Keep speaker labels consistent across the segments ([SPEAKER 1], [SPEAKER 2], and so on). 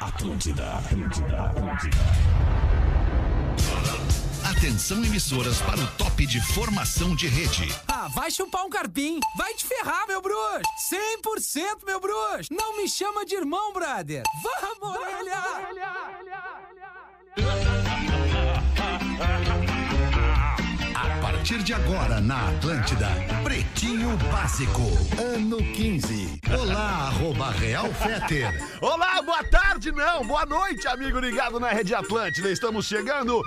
[SPEAKER 1] Atlântida, Atlântida, Atlântida.
[SPEAKER 2] Atenção emissoras para o top de formação de rede.
[SPEAKER 3] Ah, vai chupar um carpim. Vai te ferrar, meu bruxo. 100% meu bruxo. Não me chama de irmão, brother. Vamos, orelha.
[SPEAKER 2] A partir de agora na Atlântida, Pretinho Básico, ano 15. Olá, arroba Real Feter.
[SPEAKER 4] Olá, boa tarde, não, boa noite, amigo ligado na Rede Atlântida. Estamos chegando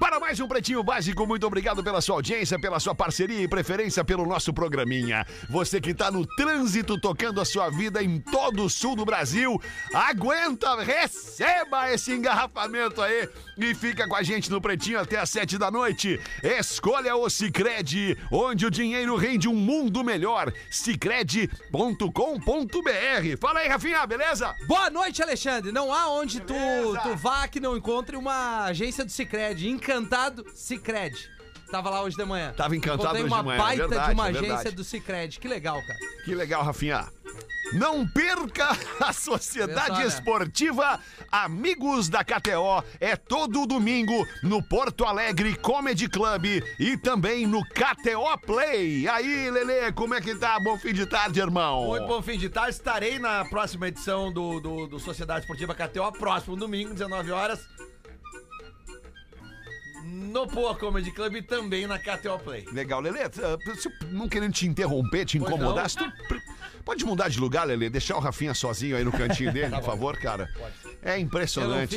[SPEAKER 4] para mais um Pretinho Básico. Muito obrigado pela sua audiência, pela sua parceria e preferência pelo nosso programinha. Você que está no trânsito tocando a sua vida em todo o sul do Brasil, aguenta, receba esse engarrafamento aí e fica com a gente no Pretinho até às sete da noite. Escolha o Cicred, onde o dinheiro rende um mundo melhor. Cicred.com.br. Fala aí, Rafinha, beleza?
[SPEAKER 3] Boa noite, Alexandre. Não há onde tu,
[SPEAKER 4] Beleza.
[SPEAKER 3] tu vá que não encontre uma agência do Cicred. Encantado, Cicred. Tava lá hoje de manhã.
[SPEAKER 4] Tava encantado
[SPEAKER 3] Encontrei
[SPEAKER 4] hoje
[SPEAKER 3] uma
[SPEAKER 4] de manhã, é
[SPEAKER 3] baita
[SPEAKER 4] verdade,
[SPEAKER 3] de uma
[SPEAKER 4] é
[SPEAKER 3] agência
[SPEAKER 4] verdade.
[SPEAKER 3] do Cicred. Que legal, cara.
[SPEAKER 4] Que legal, Rafinha. Não perca a Sociedade
[SPEAKER 3] Pensa, né?
[SPEAKER 4] Esportiva Amigos da KTO. É todo domingo no Porto Alegre Comedy Club e também no KTO Play. Aí, Lele, como é que tá? Bom fim de tarde, irmão.
[SPEAKER 5] Muito bom fim de tarde. Estarei na próxima edição do, do, do Sociedade Esportiva KTO, próximo domingo, 19 horas. No Poa Comedy Club e também na KTO Play.
[SPEAKER 4] Legal, Lele. eh, se eu Não querendo te interromper, te
[SPEAKER 5] Pois
[SPEAKER 4] incomodar,
[SPEAKER 5] não.
[SPEAKER 4] se tu pre- pode mudar de lugar, Lele. Deixar o Rafinha sozinho aí no cantinho dele, por favor, cara. É impressionante,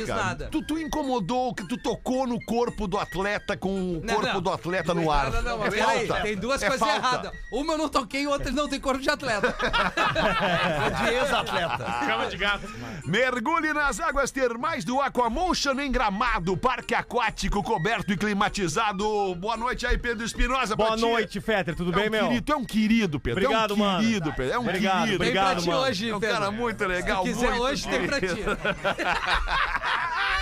[SPEAKER 3] Tá Eu não fiz
[SPEAKER 4] cara.
[SPEAKER 3] nada.
[SPEAKER 4] Tu, tu incomodou, que tu tocou no corpo do atleta com o
[SPEAKER 3] Não,
[SPEAKER 4] corpo
[SPEAKER 3] não.
[SPEAKER 4] do atleta no ar.
[SPEAKER 3] Não, não, não.
[SPEAKER 4] é
[SPEAKER 3] mas peraí,
[SPEAKER 4] falta.
[SPEAKER 3] Tem duas
[SPEAKER 4] É
[SPEAKER 3] coisas
[SPEAKER 4] falta.
[SPEAKER 3] erradas. Uma eu não toquei, outra ele não tem corpo de atleta.
[SPEAKER 5] De ex-atleta.
[SPEAKER 6] Cama de gato.
[SPEAKER 4] Mergulhe nas águas termais do Aquamotion em Gramado, parque aquático coberto e climatizado. Boa noite aí, Pedro Espinosa. pra
[SPEAKER 6] Boa
[SPEAKER 4] ti.
[SPEAKER 6] noite, Fetter. Tudo
[SPEAKER 4] É
[SPEAKER 6] bem,
[SPEAKER 4] um
[SPEAKER 6] meu?
[SPEAKER 4] querido, tu é um querido, Pedro.
[SPEAKER 6] Obrigado,
[SPEAKER 4] é um
[SPEAKER 6] mano.
[SPEAKER 4] querido, Pedro. É um
[SPEAKER 6] Obrigado,
[SPEAKER 4] querido.
[SPEAKER 3] tem pra
[SPEAKER 6] Obrigado,
[SPEAKER 3] ti
[SPEAKER 6] mano.
[SPEAKER 3] hoje,
[SPEAKER 4] É um
[SPEAKER 3] Pedro.
[SPEAKER 4] cara muito legal.
[SPEAKER 3] Se quiser
[SPEAKER 4] muito
[SPEAKER 3] hoje, tem pra ti.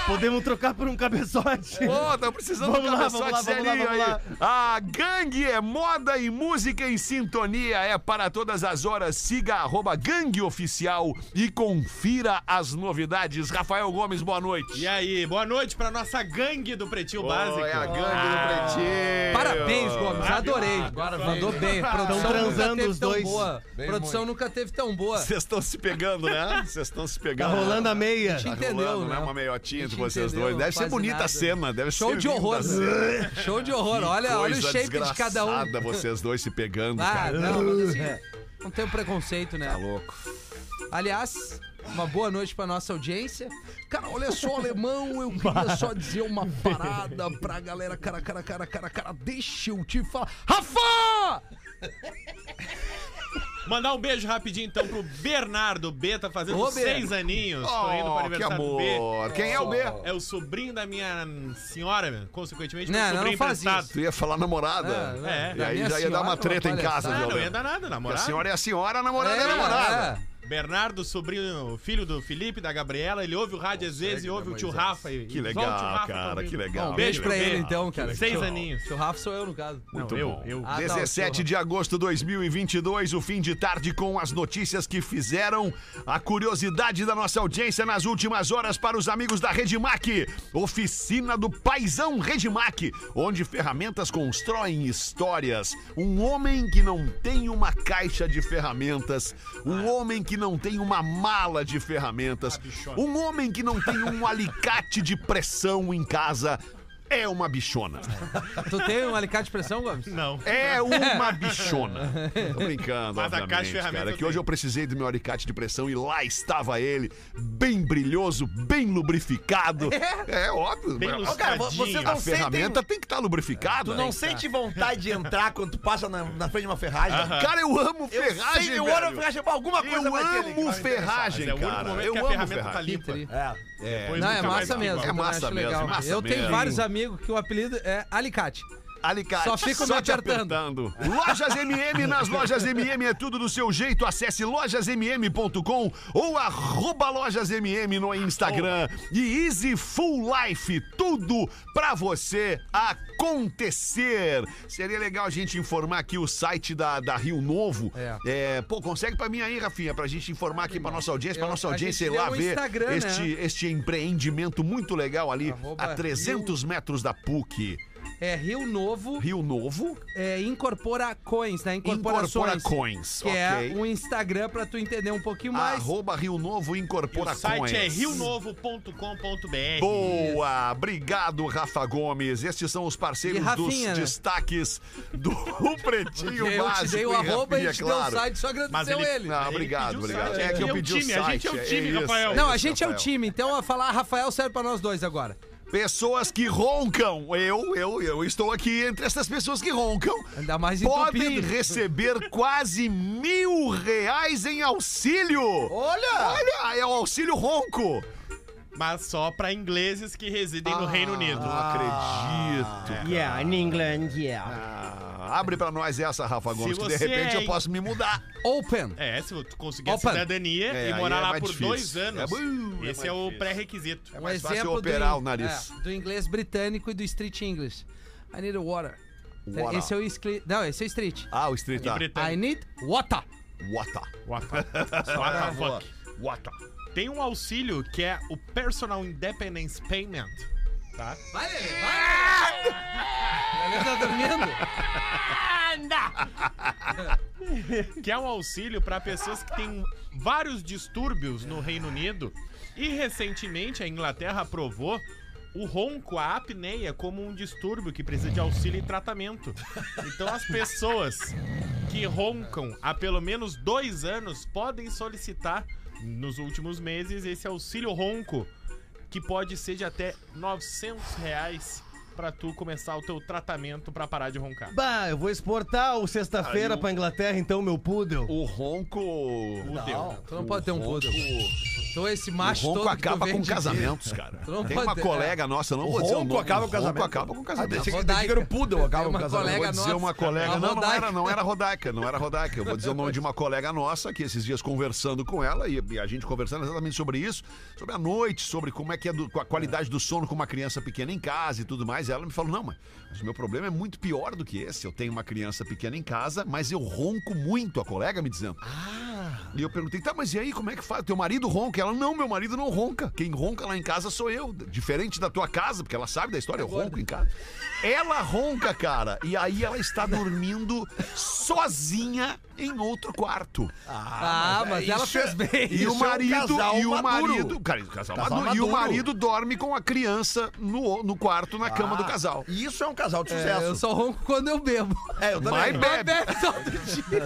[SPEAKER 6] Podemos trocar por um cabeçote.
[SPEAKER 4] Pô, tá precisando
[SPEAKER 6] Vamos
[SPEAKER 4] de um
[SPEAKER 6] lá, vamos lá,
[SPEAKER 4] cabeçote
[SPEAKER 6] vamos lá,
[SPEAKER 4] serinho
[SPEAKER 6] vamos lá.
[SPEAKER 4] aí. A gangue é moda e música em sintonia. É para todas as horas. Siga arroba gangue oficial e confira as novidades. Rafael Gomes, boa noite.
[SPEAKER 6] E aí, boa noite pra nossa gangue do Pretinho
[SPEAKER 4] Oi,
[SPEAKER 6] Básico.
[SPEAKER 4] a gangue do Pretinho.
[SPEAKER 3] Parabéns,
[SPEAKER 4] É.
[SPEAKER 3] Gomes. Adorei.
[SPEAKER 5] Agora
[SPEAKER 3] Mandou
[SPEAKER 5] veio.
[SPEAKER 3] bem. Produção nunca
[SPEAKER 6] transando
[SPEAKER 3] teve
[SPEAKER 6] os
[SPEAKER 3] tão
[SPEAKER 6] dois.
[SPEAKER 3] boa. Produção nunca teve tão boa.
[SPEAKER 4] Vocês estão se pegando, né? Vocês estão se
[SPEAKER 6] Tá
[SPEAKER 4] pegando.
[SPEAKER 6] rolando a meia.
[SPEAKER 3] Te
[SPEAKER 4] Tá
[SPEAKER 3] entendeu,
[SPEAKER 4] rolando, né?
[SPEAKER 3] né?
[SPEAKER 4] Uma meiotinha
[SPEAKER 3] A gente
[SPEAKER 4] entre vocês
[SPEAKER 3] entendeu,
[SPEAKER 4] dois. Deve ser
[SPEAKER 3] quase
[SPEAKER 4] bonita
[SPEAKER 3] nada.
[SPEAKER 4] a cena. Deve
[SPEAKER 3] Show
[SPEAKER 4] ser
[SPEAKER 3] de
[SPEAKER 4] linda a
[SPEAKER 3] horror.
[SPEAKER 4] cena.
[SPEAKER 3] né? Show de horror. Olha, olha o
[SPEAKER 4] Coisa
[SPEAKER 3] shape de cada
[SPEAKER 4] desgraçada,
[SPEAKER 3] um.
[SPEAKER 4] vocês dois se pegando,
[SPEAKER 3] Ah,
[SPEAKER 4] cara.
[SPEAKER 3] não, mas assim, não tem um preconceito, né?
[SPEAKER 4] Tá louco.
[SPEAKER 3] Aliás, uma boa noite pra nossa audiência. Cara, olha só, alemão, eu queria só dizer uma parada pra galera. Cara, cara, cara, cara, cara, deixa eu te falar. Rafa!
[SPEAKER 6] Mandar um beijo rapidinho, então, pro Bernardo. B tá fazendo
[SPEAKER 3] Ô,
[SPEAKER 6] seis aninhos. Tô indo pro
[SPEAKER 4] Oh, que
[SPEAKER 6] aniversário do B.
[SPEAKER 4] amor. Quem é o B?
[SPEAKER 3] Oh.
[SPEAKER 6] É o sobrinho da minha senhora, meu. consequentemente,
[SPEAKER 3] Não,
[SPEAKER 6] meu
[SPEAKER 3] não,
[SPEAKER 6] sobrinho
[SPEAKER 3] não faz
[SPEAKER 6] emprestado.
[SPEAKER 4] Tu ia falar namorada.
[SPEAKER 3] Ah, Não,
[SPEAKER 6] É.
[SPEAKER 3] não,
[SPEAKER 4] E
[SPEAKER 3] da
[SPEAKER 4] aí
[SPEAKER 3] minha
[SPEAKER 4] já ia dar uma
[SPEAKER 3] senhora,
[SPEAKER 4] três em casa,
[SPEAKER 3] palhaçada.
[SPEAKER 6] Ah, não
[SPEAKER 4] Violeta.
[SPEAKER 6] ia dar nada,
[SPEAKER 4] A
[SPEAKER 6] namorado.
[SPEAKER 4] senhora é a senhora, a namorada é, a namorada.
[SPEAKER 6] Bernardo, sobrinho, filho do Felipe, da Gabriela, ele ouve o rádio às vezes e ouve o tio Rafa. e-
[SPEAKER 4] Que
[SPEAKER 6] e
[SPEAKER 4] legal,
[SPEAKER 6] só o tio Rafa
[SPEAKER 4] cara,
[SPEAKER 6] comigo.
[SPEAKER 4] que legal.
[SPEAKER 6] Um
[SPEAKER 3] Um beijo pra
[SPEAKER 6] meu
[SPEAKER 3] ele
[SPEAKER 6] bem.
[SPEAKER 3] então, cara.
[SPEAKER 6] Seis
[SPEAKER 3] Seu-
[SPEAKER 6] aninhos.
[SPEAKER 3] Seu Rafa sou eu, no caso.
[SPEAKER 4] Muito
[SPEAKER 6] Não, eu-
[SPEAKER 4] bom.
[SPEAKER 6] eu.
[SPEAKER 3] Ah, tá, o
[SPEAKER 4] 17
[SPEAKER 3] senhor.
[SPEAKER 4] de agosto de 2022, o fim de tarde com as notícias que fizeram a curiosidade da nossa audiência nas últimas horas para os amigos da Redmac. Oficina do Paisão Redmac, onde ferramentas constroem histórias. Um homem que não tem uma caixa de ferramentas,
[SPEAKER 3] Ah.
[SPEAKER 4] um homem que não tem uma mala de ferramentas, um homem que não tem um alicate de pressão em casa. É uma bichona.
[SPEAKER 3] Tu tem um alicate de pressão, Gomes?
[SPEAKER 6] Não.
[SPEAKER 4] É uma bichona. Tô brincando,
[SPEAKER 6] Mas a
[SPEAKER 4] obviamente,
[SPEAKER 6] caixa de ferramentas
[SPEAKER 4] cara.
[SPEAKER 6] eu
[SPEAKER 4] Que hoje
[SPEAKER 6] tenho.
[SPEAKER 4] eu precisei do meu alicate de pressão e lá estava ele, bem brilhoso, bem lubrificado. É, óbvio.
[SPEAKER 6] Bem
[SPEAKER 4] Mas,
[SPEAKER 6] lustradinho.
[SPEAKER 5] cara, vo- você
[SPEAKER 4] a
[SPEAKER 5] não sentem-
[SPEAKER 6] um-
[SPEAKER 4] ferramenta tem que estar lubrificada.
[SPEAKER 5] Tu não sente vontade de entrar quando tu passa na, na frente de uma ferragem?
[SPEAKER 4] Cara, eu amo
[SPEAKER 5] Eu
[SPEAKER 4] ferragem,
[SPEAKER 5] sei, eu
[SPEAKER 4] velho.
[SPEAKER 5] olho a ferragem, alguma
[SPEAKER 4] Eu
[SPEAKER 5] coisa vai ter ali que
[SPEAKER 4] amo
[SPEAKER 5] vai me
[SPEAKER 4] ferragem,
[SPEAKER 6] Mas é o único
[SPEAKER 4] cara.
[SPEAKER 6] momento
[SPEAKER 4] Eu
[SPEAKER 6] que a
[SPEAKER 4] amo
[SPEAKER 6] ferramenta tá
[SPEAKER 4] ferragem.
[SPEAKER 6] limpa.
[SPEAKER 3] Tri.
[SPEAKER 5] interessar. É.
[SPEAKER 4] É.
[SPEAKER 6] Depois
[SPEAKER 3] Não,
[SPEAKER 6] nunca
[SPEAKER 3] é
[SPEAKER 6] mais
[SPEAKER 3] massa
[SPEAKER 6] fica
[SPEAKER 3] mesmo.
[SPEAKER 6] igual.
[SPEAKER 4] É
[SPEAKER 3] eu também
[SPEAKER 4] massa
[SPEAKER 3] acho
[SPEAKER 4] mesmo,
[SPEAKER 3] legal.
[SPEAKER 4] massa
[SPEAKER 3] eu tenho
[SPEAKER 4] mesmo.
[SPEAKER 3] vários amigos que o apelido é Alicate.
[SPEAKER 4] alicate.
[SPEAKER 3] Só ficam me
[SPEAKER 4] te
[SPEAKER 3] apertando.
[SPEAKER 4] apertando. Lojas MM, nas lojas MM é tudo do seu jeito. Acesse lojasmm.com ou arroba lojasmm no Instagram. E Easy Full Life, tudo pra você acontecer. Seria legal a gente informar aqui o site da, da Rio Novo.
[SPEAKER 3] É.
[SPEAKER 4] É, pô, consegue pra mim aí, Rafinha, pra gente informar aqui pra nossa audiência, pra
[SPEAKER 3] Eu-
[SPEAKER 4] nossa
[SPEAKER 3] a
[SPEAKER 4] audiência ir
[SPEAKER 3] gente
[SPEAKER 4] lá
[SPEAKER 3] deu o
[SPEAKER 4] ver
[SPEAKER 3] Instagram, né?
[SPEAKER 4] este, este empreendimento muito legal ali a
[SPEAKER 3] Arroba
[SPEAKER 4] 300 metros da PUC.
[SPEAKER 3] É Rio Novo,
[SPEAKER 4] Rio Novo,
[SPEAKER 3] é, incorpora coins, né? Incorporações.
[SPEAKER 4] Incorpora Coins,
[SPEAKER 3] Que
[SPEAKER 4] ok.
[SPEAKER 3] é um Instagram pra tu entender um pouquinho mais.
[SPEAKER 4] arroba Rio Novo
[SPEAKER 6] E
[SPEAKER 4] Incorpora
[SPEAKER 6] o site é
[SPEAKER 4] Coins.
[SPEAKER 6] rionovo.com.br.
[SPEAKER 4] Boa! Obrigado, Rafa Gomes. Estes são os parceiros
[SPEAKER 3] E Rafinha,
[SPEAKER 4] dos
[SPEAKER 3] né?
[SPEAKER 4] destaques do Pretinho
[SPEAKER 3] eu
[SPEAKER 4] Básico.
[SPEAKER 3] te dei o
[SPEAKER 4] e
[SPEAKER 3] arroba e
[SPEAKER 4] Rafinha,
[SPEAKER 3] te
[SPEAKER 4] claro.
[SPEAKER 3] deu o site, só
[SPEAKER 6] Mas
[SPEAKER 3] agradeceu
[SPEAKER 6] ele-
[SPEAKER 3] ele.
[SPEAKER 4] Não,
[SPEAKER 6] Ele
[SPEAKER 4] obrigado,
[SPEAKER 6] pediu o
[SPEAKER 4] obrigado.
[SPEAKER 6] site,
[SPEAKER 4] É que eu
[SPEAKER 6] ele é um
[SPEAKER 4] pedi o
[SPEAKER 6] time,
[SPEAKER 4] site.
[SPEAKER 6] a gente é um time,
[SPEAKER 4] isso,
[SPEAKER 6] Rafael.
[SPEAKER 4] é
[SPEAKER 3] Não, a
[SPEAKER 4] isso,
[SPEAKER 3] gente é o
[SPEAKER 4] Rafael.
[SPEAKER 3] time, então a falar Rafael serve pra nós dois agora.
[SPEAKER 4] Pessoas que roncam. Eu, eu, eu estou aqui entre essas pessoas que roncam.
[SPEAKER 3] Ainda mais
[SPEAKER 6] então,
[SPEAKER 4] Podem
[SPEAKER 3] entupido.
[SPEAKER 4] receber quase mil reais em auxílio.
[SPEAKER 5] Olha!
[SPEAKER 4] Olha, é o auxílio ronco.
[SPEAKER 6] Mas só pra ingleses que residem no Reino Unido.
[SPEAKER 4] Ah, Não Ah, acredito.
[SPEAKER 6] é-
[SPEAKER 7] Yeah, in England, yeah.
[SPEAKER 4] Ah, abre pra nós essa, Rafa Gomes, que de
[SPEAKER 6] você
[SPEAKER 4] repente
[SPEAKER 6] é
[SPEAKER 4] eu posso me mudar.
[SPEAKER 3] Open.
[SPEAKER 6] É, se tu conseguir
[SPEAKER 3] Opa.
[SPEAKER 6] a cidadania
[SPEAKER 4] É,
[SPEAKER 6] e
[SPEAKER 4] aí
[SPEAKER 6] morar
[SPEAKER 4] é
[SPEAKER 6] lá
[SPEAKER 4] mais
[SPEAKER 6] por
[SPEAKER 4] difícil.
[SPEAKER 6] dois anos,
[SPEAKER 4] É, bum, é
[SPEAKER 6] esse é,
[SPEAKER 4] mais
[SPEAKER 6] o
[SPEAKER 4] difícil.
[SPEAKER 6] pré-requisito.
[SPEAKER 4] É
[SPEAKER 3] Um
[SPEAKER 4] mais fácil
[SPEAKER 3] exemplo do
[SPEAKER 4] operar
[SPEAKER 3] in-
[SPEAKER 4] o nariz.
[SPEAKER 3] é, do inglês britânico e do street English. I need water.
[SPEAKER 4] Water.
[SPEAKER 3] Esse é o street. Não, esse é o street.
[SPEAKER 4] Ah, o Street
[SPEAKER 6] E
[SPEAKER 3] I
[SPEAKER 4] tá.
[SPEAKER 6] britânico.
[SPEAKER 3] need water.
[SPEAKER 4] Wata.
[SPEAKER 6] Ah, What the
[SPEAKER 5] boa.
[SPEAKER 6] fuck? Tem um auxílio que é o Personal Independence Payment. Tá?
[SPEAKER 3] Vai, Lelê, vai! Lelê. Lelê tá dormindo?
[SPEAKER 6] Que é um auxílio pra pessoas que têm vários distúrbios no Reino Unido. E recentemente a Inglaterra aprovou o ronco, a apneia, como um distúrbio que precisa de auxílio e tratamento. Então as pessoas que roncam há pelo menos dois anos podem solicitar, nos últimos meses, esse auxílio ronco, que pode ser de até 900 reais pra tu começar o teu tratamento pra parar de roncar.
[SPEAKER 7] Bah, eu vou exportar o sexta-feira pra Inglaterra, então, meu poodle.
[SPEAKER 4] O ronco.
[SPEAKER 6] Fudeu.
[SPEAKER 3] Tu não pode ter um
[SPEAKER 4] ronco-
[SPEAKER 3] poodle. Então esse
[SPEAKER 4] O
[SPEAKER 3] macho todo
[SPEAKER 4] ronco
[SPEAKER 3] que tu
[SPEAKER 4] acaba com
[SPEAKER 3] vende-
[SPEAKER 4] casamentos, cara.
[SPEAKER 3] Tu não
[SPEAKER 4] Tem
[SPEAKER 3] pode
[SPEAKER 4] uma
[SPEAKER 3] ter-
[SPEAKER 4] colega nossa, não vou dizer o
[SPEAKER 5] ronco
[SPEAKER 4] nome,
[SPEAKER 5] acaba
[SPEAKER 4] o
[SPEAKER 5] com casamento?
[SPEAKER 4] ronco acaba com
[SPEAKER 5] Ah,
[SPEAKER 4] casamento.
[SPEAKER 5] pensei que-
[SPEAKER 3] Rodaica.
[SPEAKER 5] que era o poodle, acaba
[SPEAKER 3] Tem
[SPEAKER 5] com
[SPEAKER 3] uma
[SPEAKER 5] casamento.
[SPEAKER 4] Eu
[SPEAKER 3] colega
[SPEAKER 4] vou dizer
[SPEAKER 3] nossa.
[SPEAKER 4] uma
[SPEAKER 3] a
[SPEAKER 4] colega. Não, não
[SPEAKER 3] Rodaica.
[SPEAKER 4] era, não era Rodaica, não era Rodaica. Eu vou dizer o nome de uma colega nossa que esses dias conversando com ela e e a gente conversando exatamente sobre isso, sobre a noite, sobre como é que é do- a qualidade do sono com uma criança pequena em casa e tudo mais. E ela me falou: não, mas, mas o meu problema é muito pior do que esse. Eu tenho uma criança pequena em casa, mas eu ronco muito, a colega me dizendo. E eu perguntei, tá, mas e aí, como é que faz? Teu marido ronca? Ela, não, meu marido não ronca. Quem ronca lá em casa sou eu. Diferente da tua casa, porque ela sabe da história, eu ronco em casa. Ela ronca, cara. E aí ela está dormindo sozinha em outro quarto.
[SPEAKER 3] Ah, mas ela fez bem.
[SPEAKER 4] E
[SPEAKER 5] Isso é
[SPEAKER 4] o
[SPEAKER 5] um
[SPEAKER 4] marido.
[SPEAKER 5] casal
[SPEAKER 4] e o
[SPEAKER 5] maduro.
[SPEAKER 4] marido. Cara, é um casal
[SPEAKER 5] Casal
[SPEAKER 4] maduro. E o
[SPEAKER 5] maduro.
[SPEAKER 4] marido dorme com a criança no, no quarto, na cama do casal.
[SPEAKER 5] E Isso é um casal de
[SPEAKER 3] É, eu
[SPEAKER 5] sucesso.
[SPEAKER 3] só ronco quando eu bebo.
[SPEAKER 5] É, eu
[SPEAKER 4] My
[SPEAKER 5] também.
[SPEAKER 4] bad.
[SPEAKER 3] Bebe todo dia.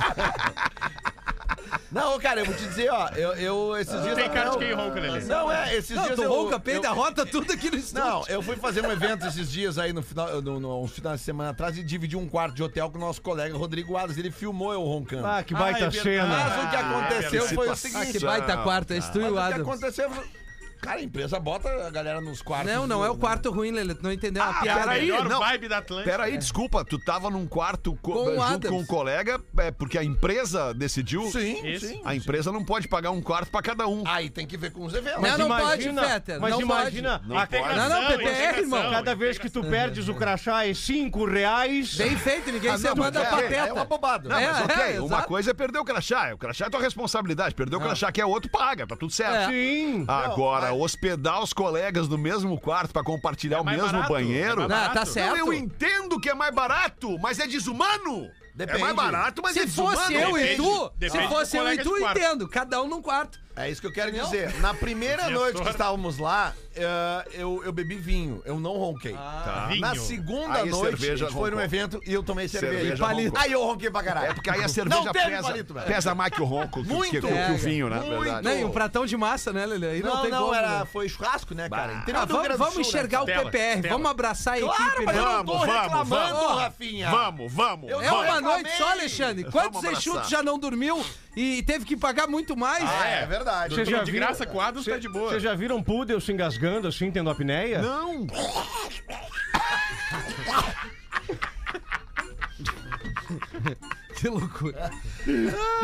[SPEAKER 5] Não, cara, eu vou te dizer, ó, eu, eu esses dias.
[SPEAKER 6] Tem cara de
[SPEAKER 5] não,
[SPEAKER 6] quem ronca, Lelê.
[SPEAKER 5] Não, é, esses
[SPEAKER 3] Não,
[SPEAKER 5] dias.
[SPEAKER 3] tu
[SPEAKER 5] eu-
[SPEAKER 3] ronca,
[SPEAKER 5] eu-
[SPEAKER 3] peida, rota tudo aqui no estúdio.
[SPEAKER 5] Não, eu fui fazer um evento esses dias aí no final, no, no- uns finais de semana atrás e dividi um quarto de hotel com o nosso colega Rodrigo Adas. Ele filmou eu roncando.
[SPEAKER 7] Ah, que baita
[SPEAKER 6] Ah, é
[SPEAKER 7] cena.
[SPEAKER 6] verdade.
[SPEAKER 5] Mas o que aconteceu
[SPEAKER 4] que
[SPEAKER 5] foi o
[SPEAKER 4] situação.
[SPEAKER 5] seguinte.
[SPEAKER 3] Ah, que baita quarto, é tu e
[SPEAKER 5] Mas o
[SPEAKER 3] o
[SPEAKER 5] que
[SPEAKER 3] Adam.
[SPEAKER 5] aconteceu foi- Cara, a empresa bota a galera nos quartos.
[SPEAKER 3] Não, não
[SPEAKER 5] do-
[SPEAKER 3] é o quarto ruim, Lelê. Tu não entendeu a
[SPEAKER 4] Ah,
[SPEAKER 6] É a
[SPEAKER 3] piada.
[SPEAKER 4] peraí.
[SPEAKER 6] melhor
[SPEAKER 4] não.
[SPEAKER 6] vibe da Atlântica.
[SPEAKER 5] É.
[SPEAKER 4] Peraí, desculpa, tu tava num quarto co-
[SPEAKER 3] Com o
[SPEAKER 4] junto
[SPEAKER 3] Adams.
[SPEAKER 4] com um colega, é, porque a empresa decidiu.
[SPEAKER 5] Sim,
[SPEAKER 6] Isso.
[SPEAKER 5] sim.
[SPEAKER 4] A empresa não pode pagar um quarto pra cada um.
[SPEAKER 5] Aí tem que ver com os eventos.
[SPEAKER 3] Não, não
[SPEAKER 7] Imagina-
[SPEAKER 3] pode, Fetter.
[SPEAKER 7] Mas
[SPEAKER 3] não
[SPEAKER 7] imagina,
[SPEAKER 4] Não
[SPEAKER 7] a-
[SPEAKER 6] é
[SPEAKER 4] pode.
[SPEAKER 3] Não, não, PTR,
[SPEAKER 6] integração,
[SPEAKER 3] irmão.
[SPEAKER 7] cada vez que tu perdes o crachá é cinco reais.
[SPEAKER 3] Pode. Bem feito, ninguém se
[SPEAKER 4] não,
[SPEAKER 3] manda
[SPEAKER 4] é,
[SPEAKER 3] a pateta.
[SPEAKER 5] é uma bobada.
[SPEAKER 4] Não, Ah, mas
[SPEAKER 3] É,
[SPEAKER 4] ok,
[SPEAKER 3] é,
[SPEAKER 4] uma
[SPEAKER 3] exato.
[SPEAKER 4] coisa é perder o crachá. O crachá é tua responsabilidade. Perder o crachá que é outro, paga, tá tudo
[SPEAKER 7] É.
[SPEAKER 4] certo.
[SPEAKER 7] Sim.
[SPEAKER 4] Ah, Agora, hospedar os colegas no mesmo quarto pra compartilhar É o
[SPEAKER 6] É mais
[SPEAKER 4] mesmo
[SPEAKER 6] barato,
[SPEAKER 4] banheiro.
[SPEAKER 3] Não,
[SPEAKER 6] é mais
[SPEAKER 3] tá
[SPEAKER 6] Barato.
[SPEAKER 4] Não,
[SPEAKER 3] certo.
[SPEAKER 4] eu entendo que é mais barato, mas é desumano. É
[SPEAKER 5] Depende.
[SPEAKER 4] mais barato, mas é
[SPEAKER 3] Se
[SPEAKER 4] desumano.
[SPEAKER 3] fosse eu e
[SPEAKER 6] Depende-
[SPEAKER 3] tu,
[SPEAKER 6] depende
[SPEAKER 3] se
[SPEAKER 6] do
[SPEAKER 3] fosse eu e
[SPEAKER 6] colega de
[SPEAKER 3] tu,
[SPEAKER 6] quarto.
[SPEAKER 3] entendo. Cada um num quarto.
[SPEAKER 5] É isso que eu quero dizer. Na primeira
[SPEAKER 6] Diretor.
[SPEAKER 5] noite que estávamos lá, eh, eu, eu bebi vinho. Eu não ronquei.
[SPEAKER 6] Vinho.
[SPEAKER 5] Na segunda
[SPEAKER 4] Tá. Aí
[SPEAKER 5] noite, a
[SPEAKER 4] cerveja
[SPEAKER 5] gente foi num
[SPEAKER 4] roncou.
[SPEAKER 5] evento e eu tomei cerveja.
[SPEAKER 4] Cerveja
[SPEAKER 5] E palito.
[SPEAKER 4] roncou.
[SPEAKER 5] Aí eu ronquei pra caralho.
[SPEAKER 4] É porque aí a cerveja
[SPEAKER 5] Não teve
[SPEAKER 4] pesa,
[SPEAKER 5] palito, velho.
[SPEAKER 4] pesa mais que o ronco, que-
[SPEAKER 5] Muito.
[SPEAKER 4] que, que o vinho, né?
[SPEAKER 5] Muito.
[SPEAKER 4] Verdade.
[SPEAKER 3] Né, e um pratão de massa, né, Lelê? Aí não,
[SPEAKER 5] Não, não,
[SPEAKER 3] tem como,
[SPEAKER 5] era,
[SPEAKER 3] né?
[SPEAKER 5] foi churrasco, né, cara?
[SPEAKER 4] Bah.
[SPEAKER 5] Entendeu?
[SPEAKER 3] Ah, vamos, vamos enxergar
[SPEAKER 6] Tela,
[SPEAKER 3] o PPR,
[SPEAKER 6] tela.
[SPEAKER 3] vamos abraçar a
[SPEAKER 5] Claro,
[SPEAKER 3] equipe,
[SPEAKER 5] mas eu
[SPEAKER 3] né?
[SPEAKER 5] não tô
[SPEAKER 4] Vamos, vamos,
[SPEAKER 5] reclamando,
[SPEAKER 3] vamos.
[SPEAKER 5] Rafinha.
[SPEAKER 4] Vamos, vamos.
[SPEAKER 5] Eu-
[SPEAKER 3] É
[SPEAKER 4] vamos.
[SPEAKER 3] uma
[SPEAKER 5] reclamei.
[SPEAKER 3] noite só, Alexandre. Quantos
[SPEAKER 4] Vamos abraçar.
[SPEAKER 3] Exu tu já não dormiu e teve que pagar muito mais?
[SPEAKER 5] Ah, é verdade.
[SPEAKER 7] Você
[SPEAKER 6] Dormindo
[SPEAKER 7] já
[SPEAKER 6] de
[SPEAKER 7] viu?
[SPEAKER 6] graça, quadros tá de boa.
[SPEAKER 7] Vocês já viram poodle se engasgando assim, tendo apneia?
[SPEAKER 4] Não!
[SPEAKER 3] Que loucura.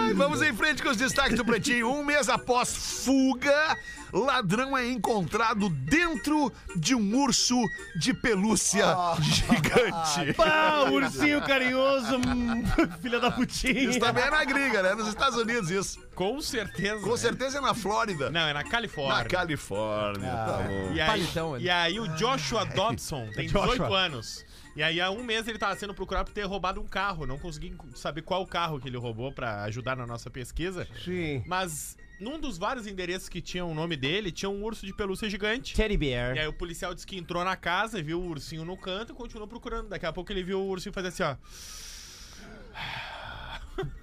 [SPEAKER 4] E Vamos em frente com os destaques do Pretinho. Um mês após fuga, ladrão é encontrado dentro de um urso de pelúcia
[SPEAKER 3] Ah.
[SPEAKER 4] gigante.
[SPEAKER 7] Pá, ursinho carinhoso, hum, filha da putinha.
[SPEAKER 4] Isso também é na gringa, né? Nos Estados Unidos, isso.
[SPEAKER 6] Com certeza.
[SPEAKER 4] Com certeza é na Flórida.
[SPEAKER 6] Não, é na Califórnia.
[SPEAKER 4] Na Califórnia.
[SPEAKER 3] Ah.
[SPEAKER 4] tá bom.
[SPEAKER 6] E aí,
[SPEAKER 3] Palitão, ele.
[SPEAKER 6] e aí o Joshua Dobson tem
[SPEAKER 7] Joshua.
[SPEAKER 6] 18 anos. E aí há um mês ele tava sendo procurado por ter roubado um carro. Não consegui enco- saber qual carro que ele roubou pra ajudar na nossa pesquisa.
[SPEAKER 7] Sim.
[SPEAKER 6] Mas num dos vários endereços que tinha o nome dele, tinha um urso de pelúcia gigante.
[SPEAKER 7] Teddy
[SPEAKER 6] E
[SPEAKER 7] Bear.
[SPEAKER 6] aí o policial disse que entrou na casa, viu o ursinho no canto e continuou procurando. Daqui a pouco ele viu o ursinho fazer assim, ó.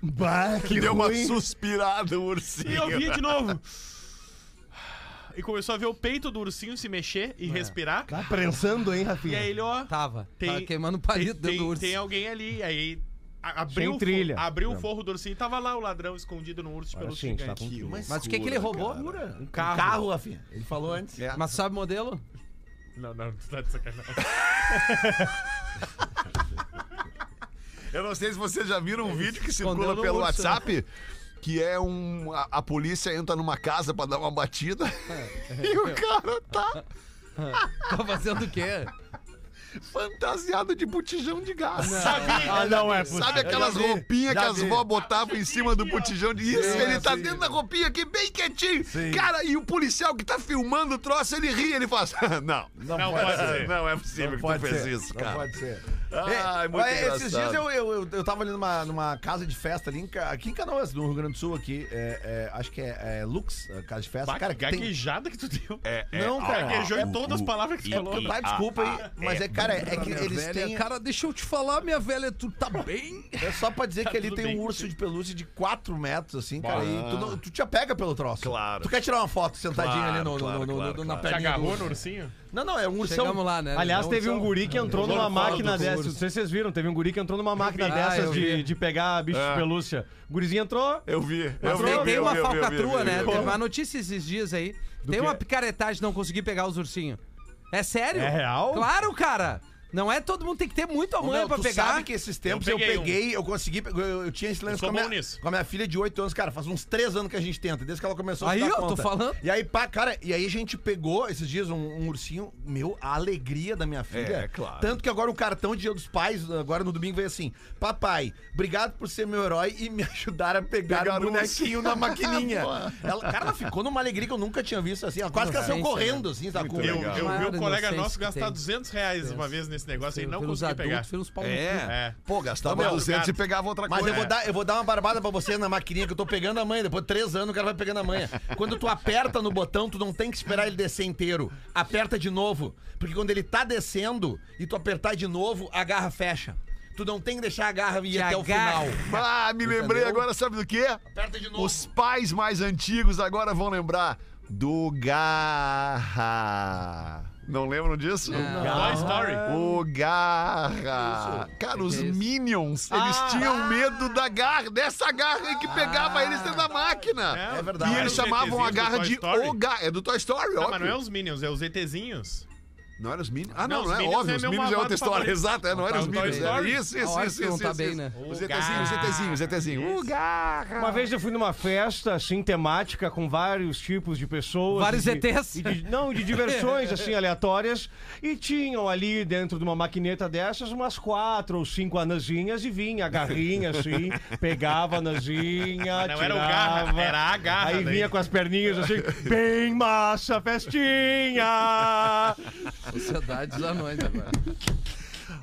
[SPEAKER 7] Bah, que
[SPEAKER 4] Deu uma
[SPEAKER 7] ruim.
[SPEAKER 4] suspirada
[SPEAKER 6] E
[SPEAKER 4] o
[SPEAKER 6] eu
[SPEAKER 4] ursinho.
[SPEAKER 6] vi de novo. E começou a ver o peito do ursinho se mexer e respirar.
[SPEAKER 7] Tá prensando, hein,
[SPEAKER 6] E
[SPEAKER 7] Rafinha?
[SPEAKER 6] aí ele, ó,
[SPEAKER 3] Tava.
[SPEAKER 6] Tem-
[SPEAKER 3] Tava Tá queimando palito dentro
[SPEAKER 6] tem,
[SPEAKER 3] do urso.
[SPEAKER 6] tem alguém ali. E aí a- abriu,
[SPEAKER 7] Sem
[SPEAKER 6] o
[SPEAKER 7] trilha.
[SPEAKER 6] fo- abriu o forro do ursinho e tava lá o ladrão escondido no urso pelo
[SPEAKER 7] sim,
[SPEAKER 6] gigante.
[SPEAKER 7] tá com-
[SPEAKER 3] Mas o que, que ele roubou?
[SPEAKER 5] Um
[SPEAKER 6] carro.
[SPEAKER 5] carro, Rafinha. Ele falou antes.
[SPEAKER 3] Mas sabe o modelo?
[SPEAKER 6] Não, não, tu tá de sacanagem.
[SPEAKER 4] Eu não sei se vocês já viram um vídeo que circula
[SPEAKER 3] Escondendo
[SPEAKER 4] pelo
[SPEAKER 3] o urso, né?
[SPEAKER 4] WhatsApp. Que é um. A, a polícia entra numa casa pra dar uma batida
[SPEAKER 3] É.
[SPEAKER 4] e o cara tá
[SPEAKER 3] Tá fazendo o quê?
[SPEAKER 4] fantasiado de botijão de gás.
[SPEAKER 7] Ah, não é
[SPEAKER 4] Sabe aquelas roupinhas que as vó botavam em cima do botijão de isso? Ele tá dentro da roupinha aqui, bem quietinho. Cara, e o policial que tá filmando o troço, ele ri, ele faz. não,
[SPEAKER 5] Não,
[SPEAKER 6] pode ser.
[SPEAKER 4] não é possível que tu fez isso,
[SPEAKER 5] Não
[SPEAKER 4] cara.
[SPEAKER 5] pode ser.
[SPEAKER 4] Ai,
[SPEAKER 5] É,
[SPEAKER 4] muito
[SPEAKER 5] é, Esses
[SPEAKER 4] engraçado.
[SPEAKER 5] dias eu, eu, eu, eu tava ali numa, numa casa de festa ali, em Ca- aqui em Canoas, no Rio Grande do Sul, aqui. é, é, acho que é, é Lux, a casa de festa.
[SPEAKER 6] Bah,
[SPEAKER 5] cara,
[SPEAKER 6] que
[SPEAKER 5] que tem...
[SPEAKER 6] gaguejada que tu deu.
[SPEAKER 4] É, é,
[SPEAKER 5] Não,
[SPEAKER 4] ó,
[SPEAKER 5] cara.
[SPEAKER 6] Gaguejou
[SPEAKER 4] ó,
[SPEAKER 6] em todas as
[SPEAKER 4] o-
[SPEAKER 6] palavras que tu falou.
[SPEAKER 5] Tá, desculpa
[SPEAKER 3] Ah,
[SPEAKER 5] aí, mas é, cara, é que
[SPEAKER 3] Minha
[SPEAKER 5] eles
[SPEAKER 3] velha,
[SPEAKER 5] têm.
[SPEAKER 3] Cara, deixa eu te falar, minha velha, tu tá bem? Tá
[SPEAKER 5] É só pra dizer que ali
[SPEAKER 6] tudo
[SPEAKER 5] tem
[SPEAKER 6] bem.
[SPEAKER 5] um urso de pelúcia de 4 metros, assim, cara. E tu, não- tu te apega pelo troço.
[SPEAKER 4] Claro.
[SPEAKER 5] Tu quer tirar uma foto sentadinho
[SPEAKER 4] Claro,
[SPEAKER 5] ali no, no-
[SPEAKER 4] claro,
[SPEAKER 5] no- no-
[SPEAKER 4] claro,
[SPEAKER 5] na
[SPEAKER 4] claro.
[SPEAKER 6] Te
[SPEAKER 5] perninha do
[SPEAKER 6] agarrou
[SPEAKER 5] urso.
[SPEAKER 6] no ursinho?
[SPEAKER 5] Não, não, é um ursão.
[SPEAKER 3] Chegamos lá, né?
[SPEAKER 7] Aliás,
[SPEAKER 5] Não,
[SPEAKER 7] teve
[SPEAKER 5] são-
[SPEAKER 7] um guri que entrou numa
[SPEAKER 6] fora do
[SPEAKER 7] máquina
[SPEAKER 6] curso.
[SPEAKER 7] dessas. Não sei se vocês viram, teve um guri que entrou numa máquina
[SPEAKER 3] vi. Ah,
[SPEAKER 7] dessas
[SPEAKER 3] eu
[SPEAKER 7] de,
[SPEAKER 3] vi.
[SPEAKER 7] de pegar bicho de pelúcia. O gurizinho entrou.
[SPEAKER 4] Eu vi, eu vi.
[SPEAKER 3] Tem,
[SPEAKER 4] eu vi,
[SPEAKER 3] tem
[SPEAKER 4] eu
[SPEAKER 3] uma
[SPEAKER 4] vi, eu vi, eu vi,
[SPEAKER 3] falcatrua,
[SPEAKER 4] eu vi,
[SPEAKER 3] né?
[SPEAKER 4] eu vi.
[SPEAKER 3] Teve uma notícia esses dias aí. tem uma picaretagem de não conseguir pegar os ursinhos. É sério?
[SPEAKER 7] É real?
[SPEAKER 3] Claro, cara. Não é todo mundo tem que ter muito
[SPEAKER 5] Não,
[SPEAKER 3] amanhã pra
[SPEAKER 5] tu
[SPEAKER 3] pegar.
[SPEAKER 5] sabe que esses tempos eu
[SPEAKER 6] Eu peguei
[SPEAKER 5] peguei,
[SPEAKER 6] um.
[SPEAKER 5] eu, consegui, eu, eu tinha esse lance
[SPEAKER 6] sou
[SPEAKER 5] com a,
[SPEAKER 6] bom
[SPEAKER 5] minha,
[SPEAKER 6] nisso.
[SPEAKER 5] com a minha filha de 8 anos, cara, faz uns 3 anos que a gente tenta, desde que ela começou
[SPEAKER 3] Aí,
[SPEAKER 5] a se dar
[SPEAKER 3] ó, tô
[SPEAKER 5] conta.
[SPEAKER 3] falando.
[SPEAKER 5] E aí, pá, cara, e aí a gente pegou esses dias um, um ursinho, meu, a alegria da minha filha.
[SPEAKER 4] É, claro.
[SPEAKER 5] Tanto que agora o cartão de Dia dos Pais, agora no domingo, veio assim, papai, obrigado por ser meu herói e me ajudar a pegar
[SPEAKER 4] Pegar
[SPEAKER 5] o
[SPEAKER 4] o
[SPEAKER 5] bonequinho na maquininha.
[SPEAKER 4] Boa.
[SPEAKER 5] ela, cara, ela ficou numa alegria que eu nunca tinha visto, assim, ela quase que ela saiu
[SPEAKER 3] Inocência,
[SPEAKER 5] correndo, assim, tá com...
[SPEAKER 6] Eu,
[SPEAKER 4] legal.
[SPEAKER 6] eu
[SPEAKER 3] Claro,
[SPEAKER 6] vi um colega
[SPEAKER 3] inocência
[SPEAKER 6] nosso
[SPEAKER 3] que
[SPEAKER 6] gastar
[SPEAKER 3] tem.
[SPEAKER 6] 200 reais uma vez nesse negócio e não
[SPEAKER 3] pelos
[SPEAKER 6] consegui
[SPEAKER 3] adultos,
[SPEAKER 6] pegar.
[SPEAKER 3] pelos pau no cu.
[SPEAKER 4] É.
[SPEAKER 6] É.
[SPEAKER 4] Pô, gastava
[SPEAKER 6] Ô, meu,
[SPEAKER 4] 200 e
[SPEAKER 6] obrigado.
[SPEAKER 4] pegava outra
[SPEAKER 5] Mas eu
[SPEAKER 4] coisa.
[SPEAKER 5] vou, dar, eu vou dar uma barbada pra você na maquininha que eu tô pegando a manha. Depois de três anos o cara vai pegando a manha. Quando tu aperta no botão, tu não tem que esperar ele descer inteiro. Aperta de novo. Porque quando ele tá descendo e tu apertar de novo, a garra fecha. Tu não tem que deixar a garra ir
[SPEAKER 3] Que
[SPEAKER 5] até
[SPEAKER 3] a garra-
[SPEAKER 5] o final.
[SPEAKER 4] Ah, me lembrei
[SPEAKER 5] Entendeu?
[SPEAKER 4] agora, sabe do quê?
[SPEAKER 5] Aperta de novo.
[SPEAKER 4] Os pais mais antigos agora vão lembrar do Garra. Não lembram disso?
[SPEAKER 3] é
[SPEAKER 6] Toy Story.
[SPEAKER 4] O Garra. Cara, os Minions, eles
[SPEAKER 6] Ah!
[SPEAKER 4] tinham medo da garra, dessa garra aí que pegava eles dentro da máquina.
[SPEAKER 6] É
[SPEAKER 5] verdade.
[SPEAKER 4] E
[SPEAKER 5] Era
[SPEAKER 4] eles
[SPEAKER 5] um
[SPEAKER 4] chamavam
[SPEAKER 6] GTzinho
[SPEAKER 4] a
[SPEAKER 6] do
[SPEAKER 4] garra
[SPEAKER 6] Toy
[SPEAKER 4] de
[SPEAKER 6] Story.
[SPEAKER 4] O Garra. É do Toy Story,
[SPEAKER 6] Não,
[SPEAKER 4] óbvio.
[SPEAKER 6] mas não é os Minions, é os ETzinhos.
[SPEAKER 4] Não era os Minions? Ah, não,
[SPEAKER 6] Não,
[SPEAKER 4] não,
[SPEAKER 6] os
[SPEAKER 4] é
[SPEAKER 6] Minions
[SPEAKER 4] óbvio.
[SPEAKER 6] é
[SPEAKER 4] Os
[SPEAKER 6] meu
[SPEAKER 4] Minions é
[SPEAKER 6] malvado
[SPEAKER 4] outra história.
[SPEAKER 6] favorito.
[SPEAKER 4] Exato, é, não era
[SPEAKER 6] Tá,
[SPEAKER 4] os
[SPEAKER 6] o
[SPEAKER 4] Minions.
[SPEAKER 6] Toy
[SPEAKER 4] Era
[SPEAKER 6] Story.
[SPEAKER 4] isso,
[SPEAKER 3] A
[SPEAKER 4] isso,
[SPEAKER 3] hora que
[SPEAKER 4] isso,
[SPEAKER 3] não
[SPEAKER 4] isso.
[SPEAKER 3] tá bem,
[SPEAKER 4] isso.
[SPEAKER 3] né?
[SPEAKER 4] Os ETzinhos, os ETzinhos, os ETzinhos. O Garra.
[SPEAKER 7] Uma vez eu fui numa festa, assim, temática, com vários tipos de pessoas.
[SPEAKER 3] Vários
[SPEAKER 7] e de-
[SPEAKER 3] ETs.
[SPEAKER 7] e de- não, de diversões, assim, aleatórias. E tinham ali, dentro de uma maquineta dessas, umas quatro ou cinco anãzinhas e vinha a garrinha, assim, pegava a anãzinha,
[SPEAKER 6] Mas não
[SPEAKER 7] tirava,
[SPEAKER 6] era o garra, era a garra
[SPEAKER 7] Aí
[SPEAKER 6] daí.
[SPEAKER 7] vinha com as perninhas, assim, bem massa, festinha!
[SPEAKER 3] Sociedade dos anões agora.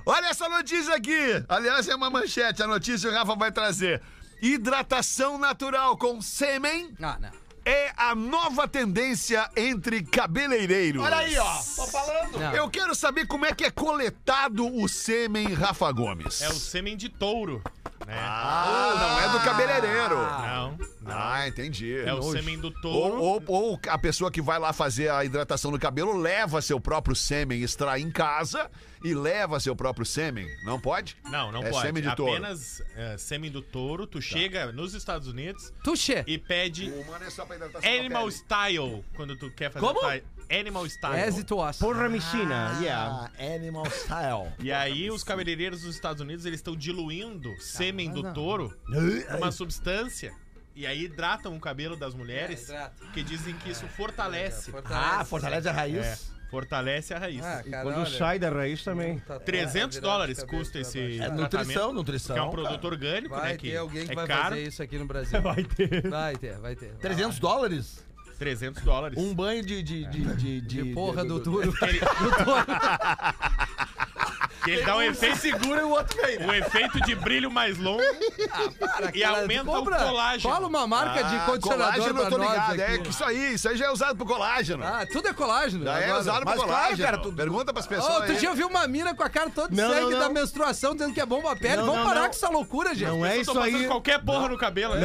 [SPEAKER 4] Olha essa notícia aqui. Aliás, é uma manchete. A notícia o Rafa vai trazer. Hidratação natural com sêmen
[SPEAKER 3] Ah, não.
[SPEAKER 4] é a nova tendência entre cabeleireiros.
[SPEAKER 5] Olha aí, ó. Tô falando.
[SPEAKER 3] não.
[SPEAKER 4] Eu quero saber como é que é coletado o sêmen, Rafa Gomes.
[SPEAKER 6] É o sêmen de touro. Né?
[SPEAKER 4] Ah, não é do cabeleireiro.
[SPEAKER 6] Não.
[SPEAKER 4] Ah, entendi.
[SPEAKER 6] É o sêmen do
[SPEAKER 4] Ou,
[SPEAKER 6] touro.
[SPEAKER 4] ou- ou a pessoa que vai lá fazer a hidratação do cabelo leva seu próprio sêmen, extrai em casa e leva seu próprio sêmen. Não pode?
[SPEAKER 6] Não, não
[SPEAKER 4] é
[SPEAKER 6] pode.
[SPEAKER 4] Sêmen de touro. Tá.
[SPEAKER 6] Apenas é, sêmen do touro. Tu chega nos Estados Unidos
[SPEAKER 3] Tuxê.
[SPEAKER 6] e pede
[SPEAKER 4] Humano é só pra hidratação da
[SPEAKER 6] Animal
[SPEAKER 4] pele.
[SPEAKER 6] Style quando tu quer fazer
[SPEAKER 5] Como?
[SPEAKER 6] tie- Animal Style.
[SPEAKER 3] Exitosa.
[SPEAKER 7] Porra, Micina. yeah.
[SPEAKER 5] Ah, Animal Style.
[SPEAKER 6] E aí os cabeleireiros dos Estados Unidos, eles estão diluindo
[SPEAKER 3] Ah,
[SPEAKER 6] sêmen do touro uma substância e aí hidratam o cabelo das mulheres,
[SPEAKER 3] É, hidrata.
[SPEAKER 6] que dizem que isso fortalece.
[SPEAKER 5] Ah, fortalece a raiz.
[SPEAKER 6] Fortalece a raiz. é
[SPEAKER 3] Ah, cara,
[SPEAKER 7] Quando
[SPEAKER 3] olha,
[SPEAKER 7] sai da raiz também.
[SPEAKER 3] tá- tá
[SPEAKER 6] 300
[SPEAKER 3] virado de
[SPEAKER 6] dólares
[SPEAKER 3] cabeça
[SPEAKER 6] custa
[SPEAKER 3] pra
[SPEAKER 6] esse
[SPEAKER 5] É,
[SPEAKER 6] tratamento,
[SPEAKER 5] nutrição, nutrição.
[SPEAKER 6] que é um produto orgânico,
[SPEAKER 3] Vai
[SPEAKER 6] né, que
[SPEAKER 3] ter alguém que
[SPEAKER 6] é
[SPEAKER 3] vai
[SPEAKER 6] caro,
[SPEAKER 3] fazer isso aqui no Brasil. Vai ter. Vai ter, vai ter.
[SPEAKER 5] 300 dólares?
[SPEAKER 6] 300 dólares.
[SPEAKER 5] Um banho de. de, de, de,
[SPEAKER 3] de, porra do
[SPEAKER 5] duro.
[SPEAKER 3] duro.
[SPEAKER 6] Ele- Que ele dá um efeito
[SPEAKER 5] Segura e o outro vem.
[SPEAKER 6] um efeito de brilho mais longo. E aumenta o colágeno.
[SPEAKER 3] Cola uma marca de condicionador
[SPEAKER 4] colágeno, Ah, eu
[SPEAKER 3] pra
[SPEAKER 4] tô
[SPEAKER 3] nós
[SPEAKER 4] ligado. É
[SPEAKER 3] aqui.
[SPEAKER 4] que isso aí, isso aí já é usado pro colágeno.
[SPEAKER 3] Ah, tudo é colágeno.
[SPEAKER 4] já é
[SPEAKER 3] agora.
[SPEAKER 4] usado pro
[SPEAKER 3] Mas claro,
[SPEAKER 4] colágeno. é.
[SPEAKER 3] cara, tu-
[SPEAKER 4] Pergunta pras
[SPEAKER 3] Ô,
[SPEAKER 4] pessoas.
[SPEAKER 3] outro
[SPEAKER 4] aí.
[SPEAKER 3] dia eu vi uma mina com a cara toda de
[SPEAKER 7] Não,
[SPEAKER 3] sangue
[SPEAKER 7] não, não.
[SPEAKER 3] da menstruação, dizendo que é bom pra pele.
[SPEAKER 7] Não,
[SPEAKER 3] Vamos
[SPEAKER 7] não,
[SPEAKER 3] parar
[SPEAKER 7] não.
[SPEAKER 3] com essa loucura, gente.
[SPEAKER 7] Não é
[SPEAKER 6] Eu tô
[SPEAKER 7] isso
[SPEAKER 6] fazendo
[SPEAKER 7] aí.
[SPEAKER 6] qualquer porra no cabelo. né?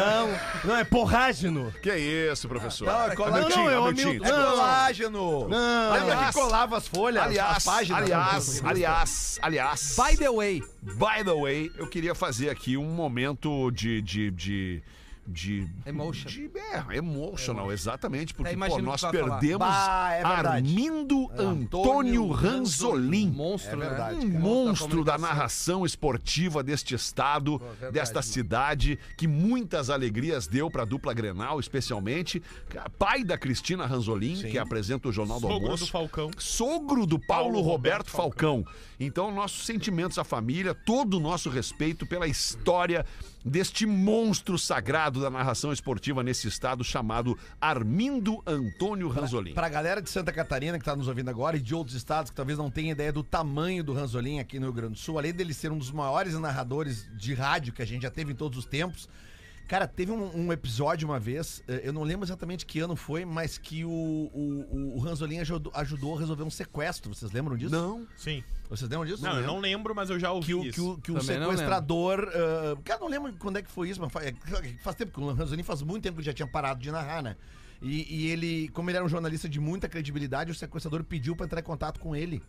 [SPEAKER 7] Não, não, é porrágino.
[SPEAKER 4] Que isso, professor.
[SPEAKER 5] Não, é colágeno.
[SPEAKER 4] Hamilton,
[SPEAKER 7] Não, é o
[SPEAKER 4] Hamilton.
[SPEAKER 7] Hamilton.
[SPEAKER 5] É
[SPEAKER 7] Não.
[SPEAKER 5] colágeno.
[SPEAKER 7] Não.
[SPEAKER 5] Lembra que
[SPEAKER 4] Aliás,
[SPEAKER 5] colava as folhas, as
[SPEAKER 4] Aliás,
[SPEAKER 3] né?
[SPEAKER 5] páginas?
[SPEAKER 4] aliás, aliás, aliás.
[SPEAKER 3] By the way.
[SPEAKER 4] By the way, eu queria fazer aqui um momento de. de, de de,
[SPEAKER 3] Emotion.
[SPEAKER 4] de- é, emotional, exatamente, porque pô,
[SPEAKER 3] imagino o que
[SPEAKER 4] nós
[SPEAKER 3] tu vai falar.
[SPEAKER 4] perdemos
[SPEAKER 5] Bah, é verdade.
[SPEAKER 4] Armindo Antônio
[SPEAKER 3] Um
[SPEAKER 4] Ranzolin,
[SPEAKER 3] monstro, né?
[SPEAKER 5] verdade.
[SPEAKER 4] um monstro da narração esportiva deste estado,
[SPEAKER 3] verdade,
[SPEAKER 4] desta
[SPEAKER 3] mano.
[SPEAKER 4] cidade, que muitas alegrias deu para a dupla Grenal, especialmente. é Pai da Cristina Ranzolin, que apresenta o Jornal do
[SPEAKER 6] Sogro
[SPEAKER 4] Almoço
[SPEAKER 6] do Falcão.
[SPEAKER 4] sogro do Paulo,
[SPEAKER 6] Paulo
[SPEAKER 4] Roberto,
[SPEAKER 6] Roberto
[SPEAKER 4] Falcão. Então, nossos sentimentos à família, todo o nosso respeito pela história deste monstro sagrado da narração esportiva nesse estado chamado Armindo Antônio Ranzolin.
[SPEAKER 5] Pra galera de Santa Catarina que tá nos ouvindo agora e de outros estados que talvez não tenha ideia do tamanho do Ranzolin aqui no Rio Grande do Sul, além dele ser um dos maiores narradores de rádio que a gente já teve em todos os tempos. Cara, teve um, um episódio uma vez, eh, eu não lembro exatamente que ano foi, mas que o, o, o Ranzolin ajudou, ajudou a resolver um sequestro. Vocês lembram disso?
[SPEAKER 4] Não.
[SPEAKER 6] Sim.
[SPEAKER 5] Vocês lembram disso?
[SPEAKER 6] Não, eu
[SPEAKER 5] lembro.
[SPEAKER 6] não lembro, mas eu já ouvi
[SPEAKER 5] que o, que
[SPEAKER 6] isso.
[SPEAKER 5] o, que o
[SPEAKER 3] Também não lembro.
[SPEAKER 5] sequestrador. ah, cara, não lembro quando é que foi isso, mas faz, faz tempo que o Ranzolini faz muito tempo que ele já tinha parado de narrar, né? E, e ele, como ele era um jornalista de muita credibilidade, o sequestrador pediu pra entrar em contato com ele.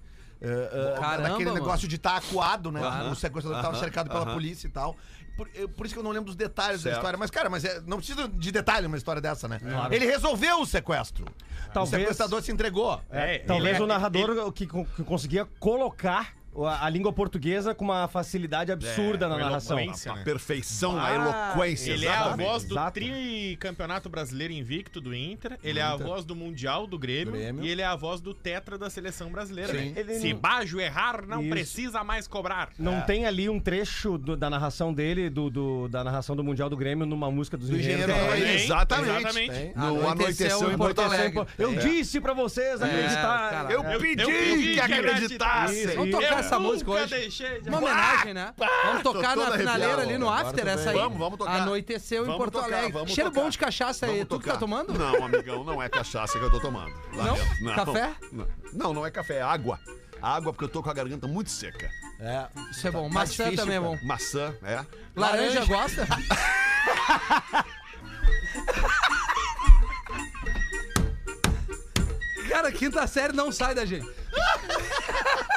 [SPEAKER 5] Ah, ah,
[SPEAKER 3] Caramba,
[SPEAKER 5] daquele
[SPEAKER 3] mano.
[SPEAKER 5] negócio de estar acuado, né?
[SPEAKER 4] Aham,
[SPEAKER 5] o sequestrador estava
[SPEAKER 4] aham,
[SPEAKER 5] cercado pela
[SPEAKER 4] aham.
[SPEAKER 5] polícia e tal. Por, eh, por isso que eu não lembro dos detalhes
[SPEAKER 4] Certo.
[SPEAKER 5] da história. Mas, cara, mas é- não precisa de detalhe uma história dessa, né? Ele resolveu o sequestro. O
[SPEAKER 7] Talvez,
[SPEAKER 5] sequestrador se entregou.
[SPEAKER 6] É,
[SPEAKER 7] talvez
[SPEAKER 6] ele-
[SPEAKER 7] o narrador que, con- que conseguia colocar a, a língua portuguesa com uma facilidade absurda
[SPEAKER 6] É, com
[SPEAKER 7] na narração.
[SPEAKER 6] eloquência, né?
[SPEAKER 4] Perfeição, a eloquência.
[SPEAKER 6] Ele é a
[SPEAKER 4] exatamente.
[SPEAKER 6] voz do
[SPEAKER 7] Exato.
[SPEAKER 6] tricampeonato brasileiro invicto do Inter, ele é a voz do Mundial do Grêmio,
[SPEAKER 5] Grêmio.
[SPEAKER 6] e ele é a voz do tetra da seleção brasileira.
[SPEAKER 5] Sim.
[SPEAKER 6] né?
[SPEAKER 7] Ele
[SPEAKER 6] Se
[SPEAKER 7] não-
[SPEAKER 6] Bajo errar, não
[SPEAKER 7] Isso.
[SPEAKER 6] precisa mais cobrar.
[SPEAKER 7] Não tem ali um trecho do- da narração dele, do, do- da narração do Mundial do Grêmio, numa música dos
[SPEAKER 5] Do
[SPEAKER 7] engenheiros.
[SPEAKER 5] Engenheiro.
[SPEAKER 7] Havaí?
[SPEAKER 4] É, exatamente.
[SPEAKER 6] Exatamente.
[SPEAKER 5] Tem.
[SPEAKER 4] No
[SPEAKER 3] Anoiteceu
[SPEAKER 4] anoiteceu em Porto Alegre.
[SPEAKER 7] um-
[SPEAKER 4] É.
[SPEAKER 7] Eu disse pra vocês acreditar.
[SPEAKER 3] caralho.
[SPEAKER 4] Eu
[SPEAKER 6] Eu-
[SPEAKER 4] pedi
[SPEAKER 6] eu- eu pedi
[SPEAKER 4] que
[SPEAKER 6] que
[SPEAKER 4] acreditassem.
[SPEAKER 7] acreditasse.
[SPEAKER 3] Vamos
[SPEAKER 7] Eu
[SPEAKER 3] tocar essa música
[SPEAKER 6] nunca
[SPEAKER 3] hoje.
[SPEAKER 6] deixei de
[SPEAKER 3] Uma homenagem, né? Vamos
[SPEAKER 4] tô
[SPEAKER 3] tocar
[SPEAKER 4] todo
[SPEAKER 3] na finaleira
[SPEAKER 4] arrepiado.
[SPEAKER 3] ali no
[SPEAKER 4] Agora
[SPEAKER 3] after
[SPEAKER 4] tô
[SPEAKER 3] essa aí.
[SPEAKER 4] bem. Vamos, vamos tocar.
[SPEAKER 3] Anoiteceu em
[SPEAKER 4] Vamos
[SPEAKER 3] Porto
[SPEAKER 4] tocar,
[SPEAKER 3] Alegre.
[SPEAKER 4] vamos
[SPEAKER 3] Cheiro
[SPEAKER 4] tocar.
[SPEAKER 3] bom de cachaça aí.
[SPEAKER 4] Vamos
[SPEAKER 3] Tu que tá
[SPEAKER 4] tocar.
[SPEAKER 3] tomando?
[SPEAKER 4] Não, amigão, não é cachaça que eu tô tomando. Lamento.
[SPEAKER 3] Café?
[SPEAKER 4] Não. não, não é café, é água. Água, porque eu tô com a garganta muito seca.
[SPEAKER 5] É.
[SPEAKER 3] Isso é bom.
[SPEAKER 5] Tá
[SPEAKER 3] Maçã
[SPEAKER 5] difícil,
[SPEAKER 3] também é
[SPEAKER 5] cara.
[SPEAKER 3] bom.
[SPEAKER 4] Maçã, é.
[SPEAKER 3] Laranja, gosta? Cara, quinta série não sai da gente.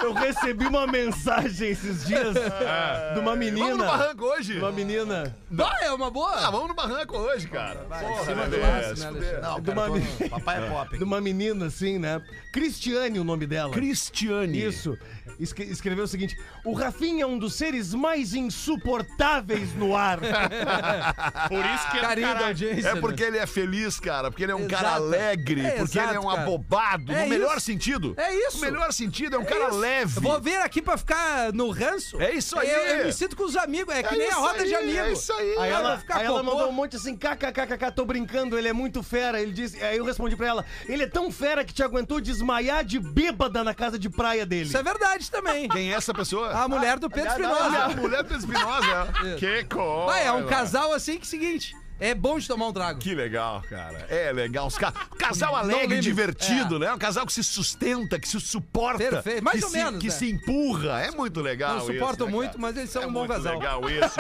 [SPEAKER 7] Eu recebi uma mensagem esses dias de uma
[SPEAKER 4] É. Vamos no
[SPEAKER 7] menina.
[SPEAKER 4] barranco hoje.
[SPEAKER 7] de Uma menina.
[SPEAKER 3] Ah, é uma boa.
[SPEAKER 4] Ah, vamos no barranco hoje, cara. Porra,
[SPEAKER 3] cima do
[SPEAKER 4] velho,
[SPEAKER 3] laço,
[SPEAKER 4] se
[SPEAKER 3] né,
[SPEAKER 4] fuder.
[SPEAKER 3] Alexandre?
[SPEAKER 5] Não,
[SPEAKER 7] Do
[SPEAKER 5] cara,
[SPEAKER 7] Mami.
[SPEAKER 5] tô- papai é pop.
[SPEAKER 7] De uma menina, assim, né? Cristiane, o nome dela.
[SPEAKER 4] Cristiane.
[SPEAKER 7] Isso. Esque- escreveu o seguinte: O Rafinha é um dos seres mais insuportáveis no ar.
[SPEAKER 6] Por isso que é do
[SPEAKER 3] Carinho da
[SPEAKER 6] caralho.
[SPEAKER 3] audiência.
[SPEAKER 4] É porque
[SPEAKER 3] né?
[SPEAKER 4] ele é feliz, cara, porque ele é um cara
[SPEAKER 3] Exato.
[SPEAKER 4] alegre,
[SPEAKER 3] É,
[SPEAKER 4] porque ele é
[SPEAKER 3] exato,
[SPEAKER 4] um
[SPEAKER 3] cara.
[SPEAKER 4] abobado,
[SPEAKER 3] É
[SPEAKER 4] no melhor
[SPEAKER 3] isso.
[SPEAKER 4] sentido.
[SPEAKER 3] É isso.
[SPEAKER 4] No melhor sentido, é um cara
[SPEAKER 3] isso.
[SPEAKER 4] leve.
[SPEAKER 3] Eu Vou vir aqui pra ficar no ranço.
[SPEAKER 4] É isso aí.
[SPEAKER 3] Eu, eu me sinto com os amigos. É que
[SPEAKER 4] É
[SPEAKER 3] nem a
[SPEAKER 4] isso
[SPEAKER 3] roda de
[SPEAKER 4] aí,
[SPEAKER 3] amigos.
[SPEAKER 4] É isso aí.
[SPEAKER 7] Aí
[SPEAKER 3] vai
[SPEAKER 7] ela,
[SPEAKER 3] ficar
[SPEAKER 7] aí ela
[SPEAKER 3] cocô?
[SPEAKER 7] mandou um monte assim, kkkk, tô brincando, ele é muito fera. Ele disse, aí eu respondi pra ela, ele é tão fera que te aguentou desmaiar de bêbada na casa de praia dele.
[SPEAKER 3] Isso é verdade também.
[SPEAKER 4] Quem é essa pessoa?
[SPEAKER 6] tá
[SPEAKER 3] A mulher do Pedro
[SPEAKER 4] Ah, a
[SPEAKER 3] Espinosa.
[SPEAKER 4] mulher do Espinosa. é. que coisa.
[SPEAKER 3] Vai, é um casal assim que seguinte. É bom de tomar um trago.
[SPEAKER 4] Que legal, cara. É legal. Os ca... Casal alegre,
[SPEAKER 3] limite.
[SPEAKER 4] divertido, né? Um casal que se sustenta, que se suporta.
[SPEAKER 3] É. Perfeito. Mais
[SPEAKER 4] que
[SPEAKER 3] ou
[SPEAKER 4] se-
[SPEAKER 3] menos,
[SPEAKER 4] Que
[SPEAKER 3] né?
[SPEAKER 4] se empurra. É muito legal.
[SPEAKER 3] Não
[SPEAKER 4] isso,
[SPEAKER 3] suporto
[SPEAKER 4] né,
[SPEAKER 3] muito,
[SPEAKER 4] cara?
[SPEAKER 3] mas eles são
[SPEAKER 4] é
[SPEAKER 3] um bom
[SPEAKER 4] muito
[SPEAKER 3] casal.
[SPEAKER 4] legal isso.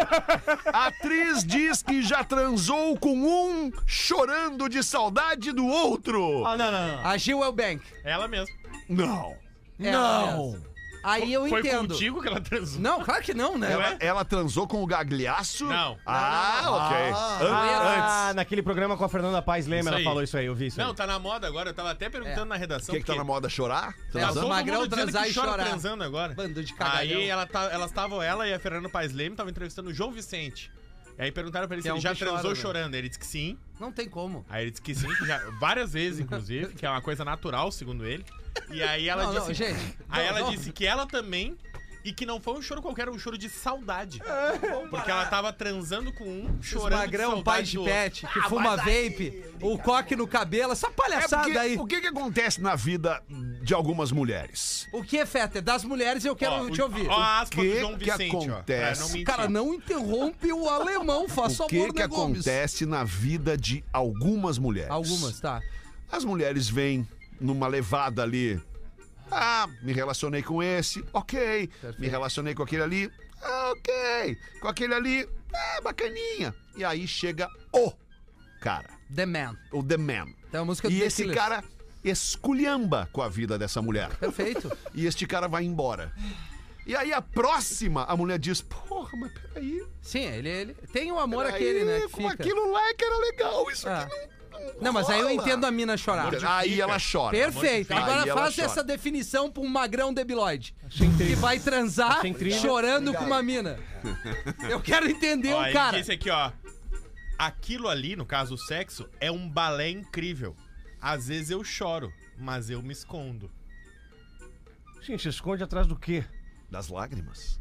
[SPEAKER 4] Atriz diz que já transou com um chorando de saudade do outro.
[SPEAKER 3] é
[SPEAKER 7] Ah, não, não, não.
[SPEAKER 3] A Gil Elbank.
[SPEAKER 6] Ela mesmo.
[SPEAKER 4] Não.
[SPEAKER 3] Ela
[SPEAKER 5] Não!
[SPEAKER 3] Aí eu
[SPEAKER 6] Foi
[SPEAKER 3] entendo.
[SPEAKER 6] contigo é? que ela transou.
[SPEAKER 3] Não, claro que não, né?
[SPEAKER 4] Ela, ela transou com o Gagliasso?
[SPEAKER 6] Não.
[SPEAKER 4] Ah, ok.
[SPEAKER 7] Ah, naquele programa com a Fernanda Paz Lema,
[SPEAKER 6] Isso
[SPEAKER 7] ela
[SPEAKER 6] aí.
[SPEAKER 7] falou isso aí, eu vi isso.
[SPEAKER 6] Não,
[SPEAKER 7] aí.
[SPEAKER 6] tá na moda agora. Eu tava até perguntando
[SPEAKER 3] É.
[SPEAKER 6] na
[SPEAKER 4] O
[SPEAKER 6] redação.
[SPEAKER 4] que, que tá na
[SPEAKER 6] Então porque
[SPEAKER 4] moda?
[SPEAKER 6] Tá
[SPEAKER 4] Chorar?
[SPEAKER 6] todo
[SPEAKER 4] Transando?
[SPEAKER 3] Mas- Magrão
[SPEAKER 6] mundo dizendo
[SPEAKER 3] transar
[SPEAKER 6] que
[SPEAKER 3] e
[SPEAKER 6] chora
[SPEAKER 3] chorar.
[SPEAKER 6] transando agora.
[SPEAKER 3] Bando de cagalhão.
[SPEAKER 6] Aí ela tá- elas estavam, ela e a Fernanda Paes Leme, estavam entrevistando o João Vicente. E aí perguntaram pra ele
[SPEAKER 3] Que
[SPEAKER 6] se
[SPEAKER 3] é
[SPEAKER 6] ele
[SPEAKER 3] um
[SPEAKER 6] já
[SPEAKER 3] que chora,
[SPEAKER 6] transou
[SPEAKER 3] né?
[SPEAKER 6] chorando. Ele disse que sim.
[SPEAKER 3] Não tem como.
[SPEAKER 6] Aí ele disse que sim, que já- várias vezes, inclusive, que é uma coisa natural, segundo ele. E aí ela
[SPEAKER 3] não,
[SPEAKER 6] disse.
[SPEAKER 3] não, gente.
[SPEAKER 6] Aí
[SPEAKER 3] não,
[SPEAKER 6] ela
[SPEAKER 3] não.
[SPEAKER 6] disse que ela também. E que não foi um choro qualquer, era um choro de saudade.
[SPEAKER 3] É, um
[SPEAKER 6] Porque ela tava transando com um,
[SPEAKER 3] Os
[SPEAKER 6] chorando de
[SPEAKER 3] magrão,
[SPEAKER 6] saudade
[SPEAKER 3] pai de
[SPEAKER 6] do outro. Ah,
[SPEAKER 3] pet, que fuma vape, o coque no cabelo, essa
[SPEAKER 4] É
[SPEAKER 3] palhaçada
[SPEAKER 4] porque,
[SPEAKER 3] aí.
[SPEAKER 4] O que, que acontece na vida de algumas mulheres?
[SPEAKER 3] O que é Fetter? Das mulheres eu quero
[SPEAKER 6] Ó,
[SPEAKER 3] te
[SPEAKER 6] o-
[SPEAKER 3] ouvir.
[SPEAKER 6] Ó, a aspa
[SPEAKER 4] que
[SPEAKER 6] do João
[SPEAKER 4] que
[SPEAKER 6] Vicente, ó. Pra
[SPEAKER 4] acontece?
[SPEAKER 6] não mentir.
[SPEAKER 3] Cara, não interrompe o alemão, faça
[SPEAKER 4] o que,
[SPEAKER 3] amor,
[SPEAKER 4] que
[SPEAKER 3] né, Gomes?
[SPEAKER 4] acontece na vida de algumas mulheres?
[SPEAKER 3] Algumas, tá.
[SPEAKER 4] As mulheres vêm numa levada ali. Ah, me relacionei com esse, ok. Me relacionei com aquele ali, ah, ok. Com aquele ali, ah, bacaninha. E aí chega o cara,
[SPEAKER 3] The Man.
[SPEAKER 4] o The Man.
[SPEAKER 3] Tem uma música do
[SPEAKER 4] E
[SPEAKER 3] The
[SPEAKER 4] esse
[SPEAKER 3] Killers.
[SPEAKER 4] cara esculhamba com a vida dessa mulher.
[SPEAKER 3] Perfeito.
[SPEAKER 4] E este cara vai embora. E aí a próxima, a mulher diz: Porra, mas peraí.
[SPEAKER 3] Sim, ele, ele tem o amor
[SPEAKER 4] peraí,
[SPEAKER 3] aquele, né? Que
[SPEAKER 4] com
[SPEAKER 3] fica.
[SPEAKER 4] aquilo lá é que era legal, isso
[SPEAKER 3] Ah.
[SPEAKER 4] aqui não. Não,
[SPEAKER 3] Não, mas aí eu
[SPEAKER 4] rola.
[SPEAKER 3] entendo a mina chorar.
[SPEAKER 4] Aí ela chora.
[SPEAKER 3] Perfeito.
[SPEAKER 4] Aí
[SPEAKER 3] Agora
[SPEAKER 4] ela
[SPEAKER 3] faça
[SPEAKER 4] chora.
[SPEAKER 3] essa definição pra um magrão debilóide. Que vai transar
[SPEAKER 7] Achei incrível.
[SPEAKER 3] chorando com uma mina. Eu quero entender
[SPEAKER 6] Ó,
[SPEAKER 3] o
[SPEAKER 6] ele
[SPEAKER 3] cara.
[SPEAKER 6] disse aqui, ó. Aquilo ali, no caso o sexo, é um balé incrível. Às vezes eu choro, mas eu me escondo.
[SPEAKER 7] Gente, esconde atrás do quê?
[SPEAKER 4] Das lágrimas.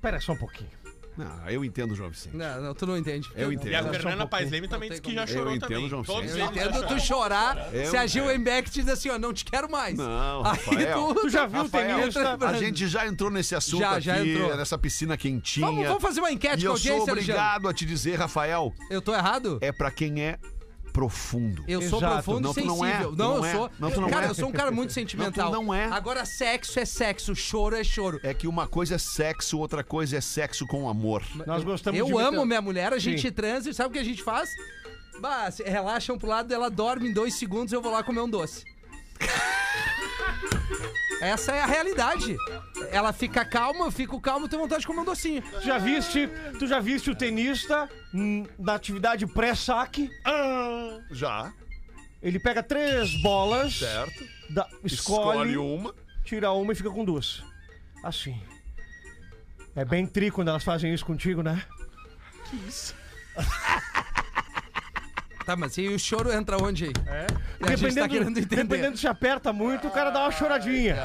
[SPEAKER 7] Pera só um pouquinho.
[SPEAKER 4] Não, eu entendo o João Vicente.
[SPEAKER 3] Não, não, tu não entende.
[SPEAKER 4] Eu
[SPEAKER 6] E a
[SPEAKER 4] entendo.
[SPEAKER 6] Fernanda
[SPEAKER 7] um
[SPEAKER 6] Paes
[SPEAKER 7] pouquinho.
[SPEAKER 6] Leme também
[SPEAKER 3] Não
[SPEAKER 6] disse
[SPEAKER 3] tem
[SPEAKER 6] que já
[SPEAKER 4] como.
[SPEAKER 6] chorou
[SPEAKER 4] Eu entendo,
[SPEAKER 6] também.
[SPEAKER 4] João
[SPEAKER 6] Todos
[SPEAKER 4] Vicente.
[SPEAKER 3] Eu
[SPEAKER 6] eles já
[SPEAKER 3] entendo tu
[SPEAKER 6] choraram.
[SPEAKER 3] chorar,
[SPEAKER 4] Eu
[SPEAKER 3] se a Gil
[SPEAKER 4] entendo.
[SPEAKER 3] Embeck te diz assim, ó, não te quero mais.
[SPEAKER 4] Não,
[SPEAKER 3] Aí
[SPEAKER 4] Rafael.
[SPEAKER 7] Tu já viu o
[SPEAKER 4] Rafael,
[SPEAKER 7] tenista?
[SPEAKER 4] A gente já entrou nesse assunto
[SPEAKER 3] Já, já
[SPEAKER 4] aqui,
[SPEAKER 3] entrou.
[SPEAKER 4] nessa piscina quentinha.
[SPEAKER 3] Vamos, vamos fazer uma enquete
[SPEAKER 4] e
[SPEAKER 3] com a
[SPEAKER 4] eu sou
[SPEAKER 3] audiência, Alexandre.
[SPEAKER 4] obrigado a te dizer, Rafael,
[SPEAKER 3] Eu tô errado?
[SPEAKER 4] é pra quem é profundo.
[SPEAKER 3] Eu sou
[SPEAKER 7] Exato.
[SPEAKER 3] profundo
[SPEAKER 4] Não,
[SPEAKER 3] e
[SPEAKER 4] tu não
[SPEAKER 3] sensível. Não,
[SPEAKER 4] é, tu não
[SPEAKER 3] eu
[SPEAKER 4] é.
[SPEAKER 3] sou.
[SPEAKER 4] Não, tu não
[SPEAKER 3] cara,
[SPEAKER 4] é.
[SPEAKER 3] eu sou um cara muito sentimental.
[SPEAKER 4] Não, tu não é.
[SPEAKER 3] Agora, sexo é sexo, choro é choro.
[SPEAKER 4] É que uma coisa é sexo, outra coisa é sexo com amor.
[SPEAKER 7] Nós gostamos
[SPEAKER 3] eu
[SPEAKER 7] de
[SPEAKER 3] amo
[SPEAKER 7] meter-
[SPEAKER 3] minha mulher, a gente
[SPEAKER 7] Sim.
[SPEAKER 3] transa, e sabe o que a gente faz? Bah, se- relaxam pro lado, ela dorme em dois segundos, eu vou lá comer um doce. Essa é a realidade. Ela fica calma, eu fico calmo, eu tenho vontade de comer um docinho.
[SPEAKER 7] Já viste, tu já viste o tenista hum, na atividade pré-saque?
[SPEAKER 3] Ah.
[SPEAKER 4] Já,
[SPEAKER 7] Ele pega três bolas,
[SPEAKER 4] certo.
[SPEAKER 7] dá- escolhe,
[SPEAKER 4] uma.
[SPEAKER 7] tira uma e fica com duas. Assim. É bem tri quando elas fazem isso contigo, né?
[SPEAKER 3] Tá, mas e o choro entra onde aí? É. A gente tá querendo entender.
[SPEAKER 7] dependendo se aperta muito, o cara dá uma choradinha.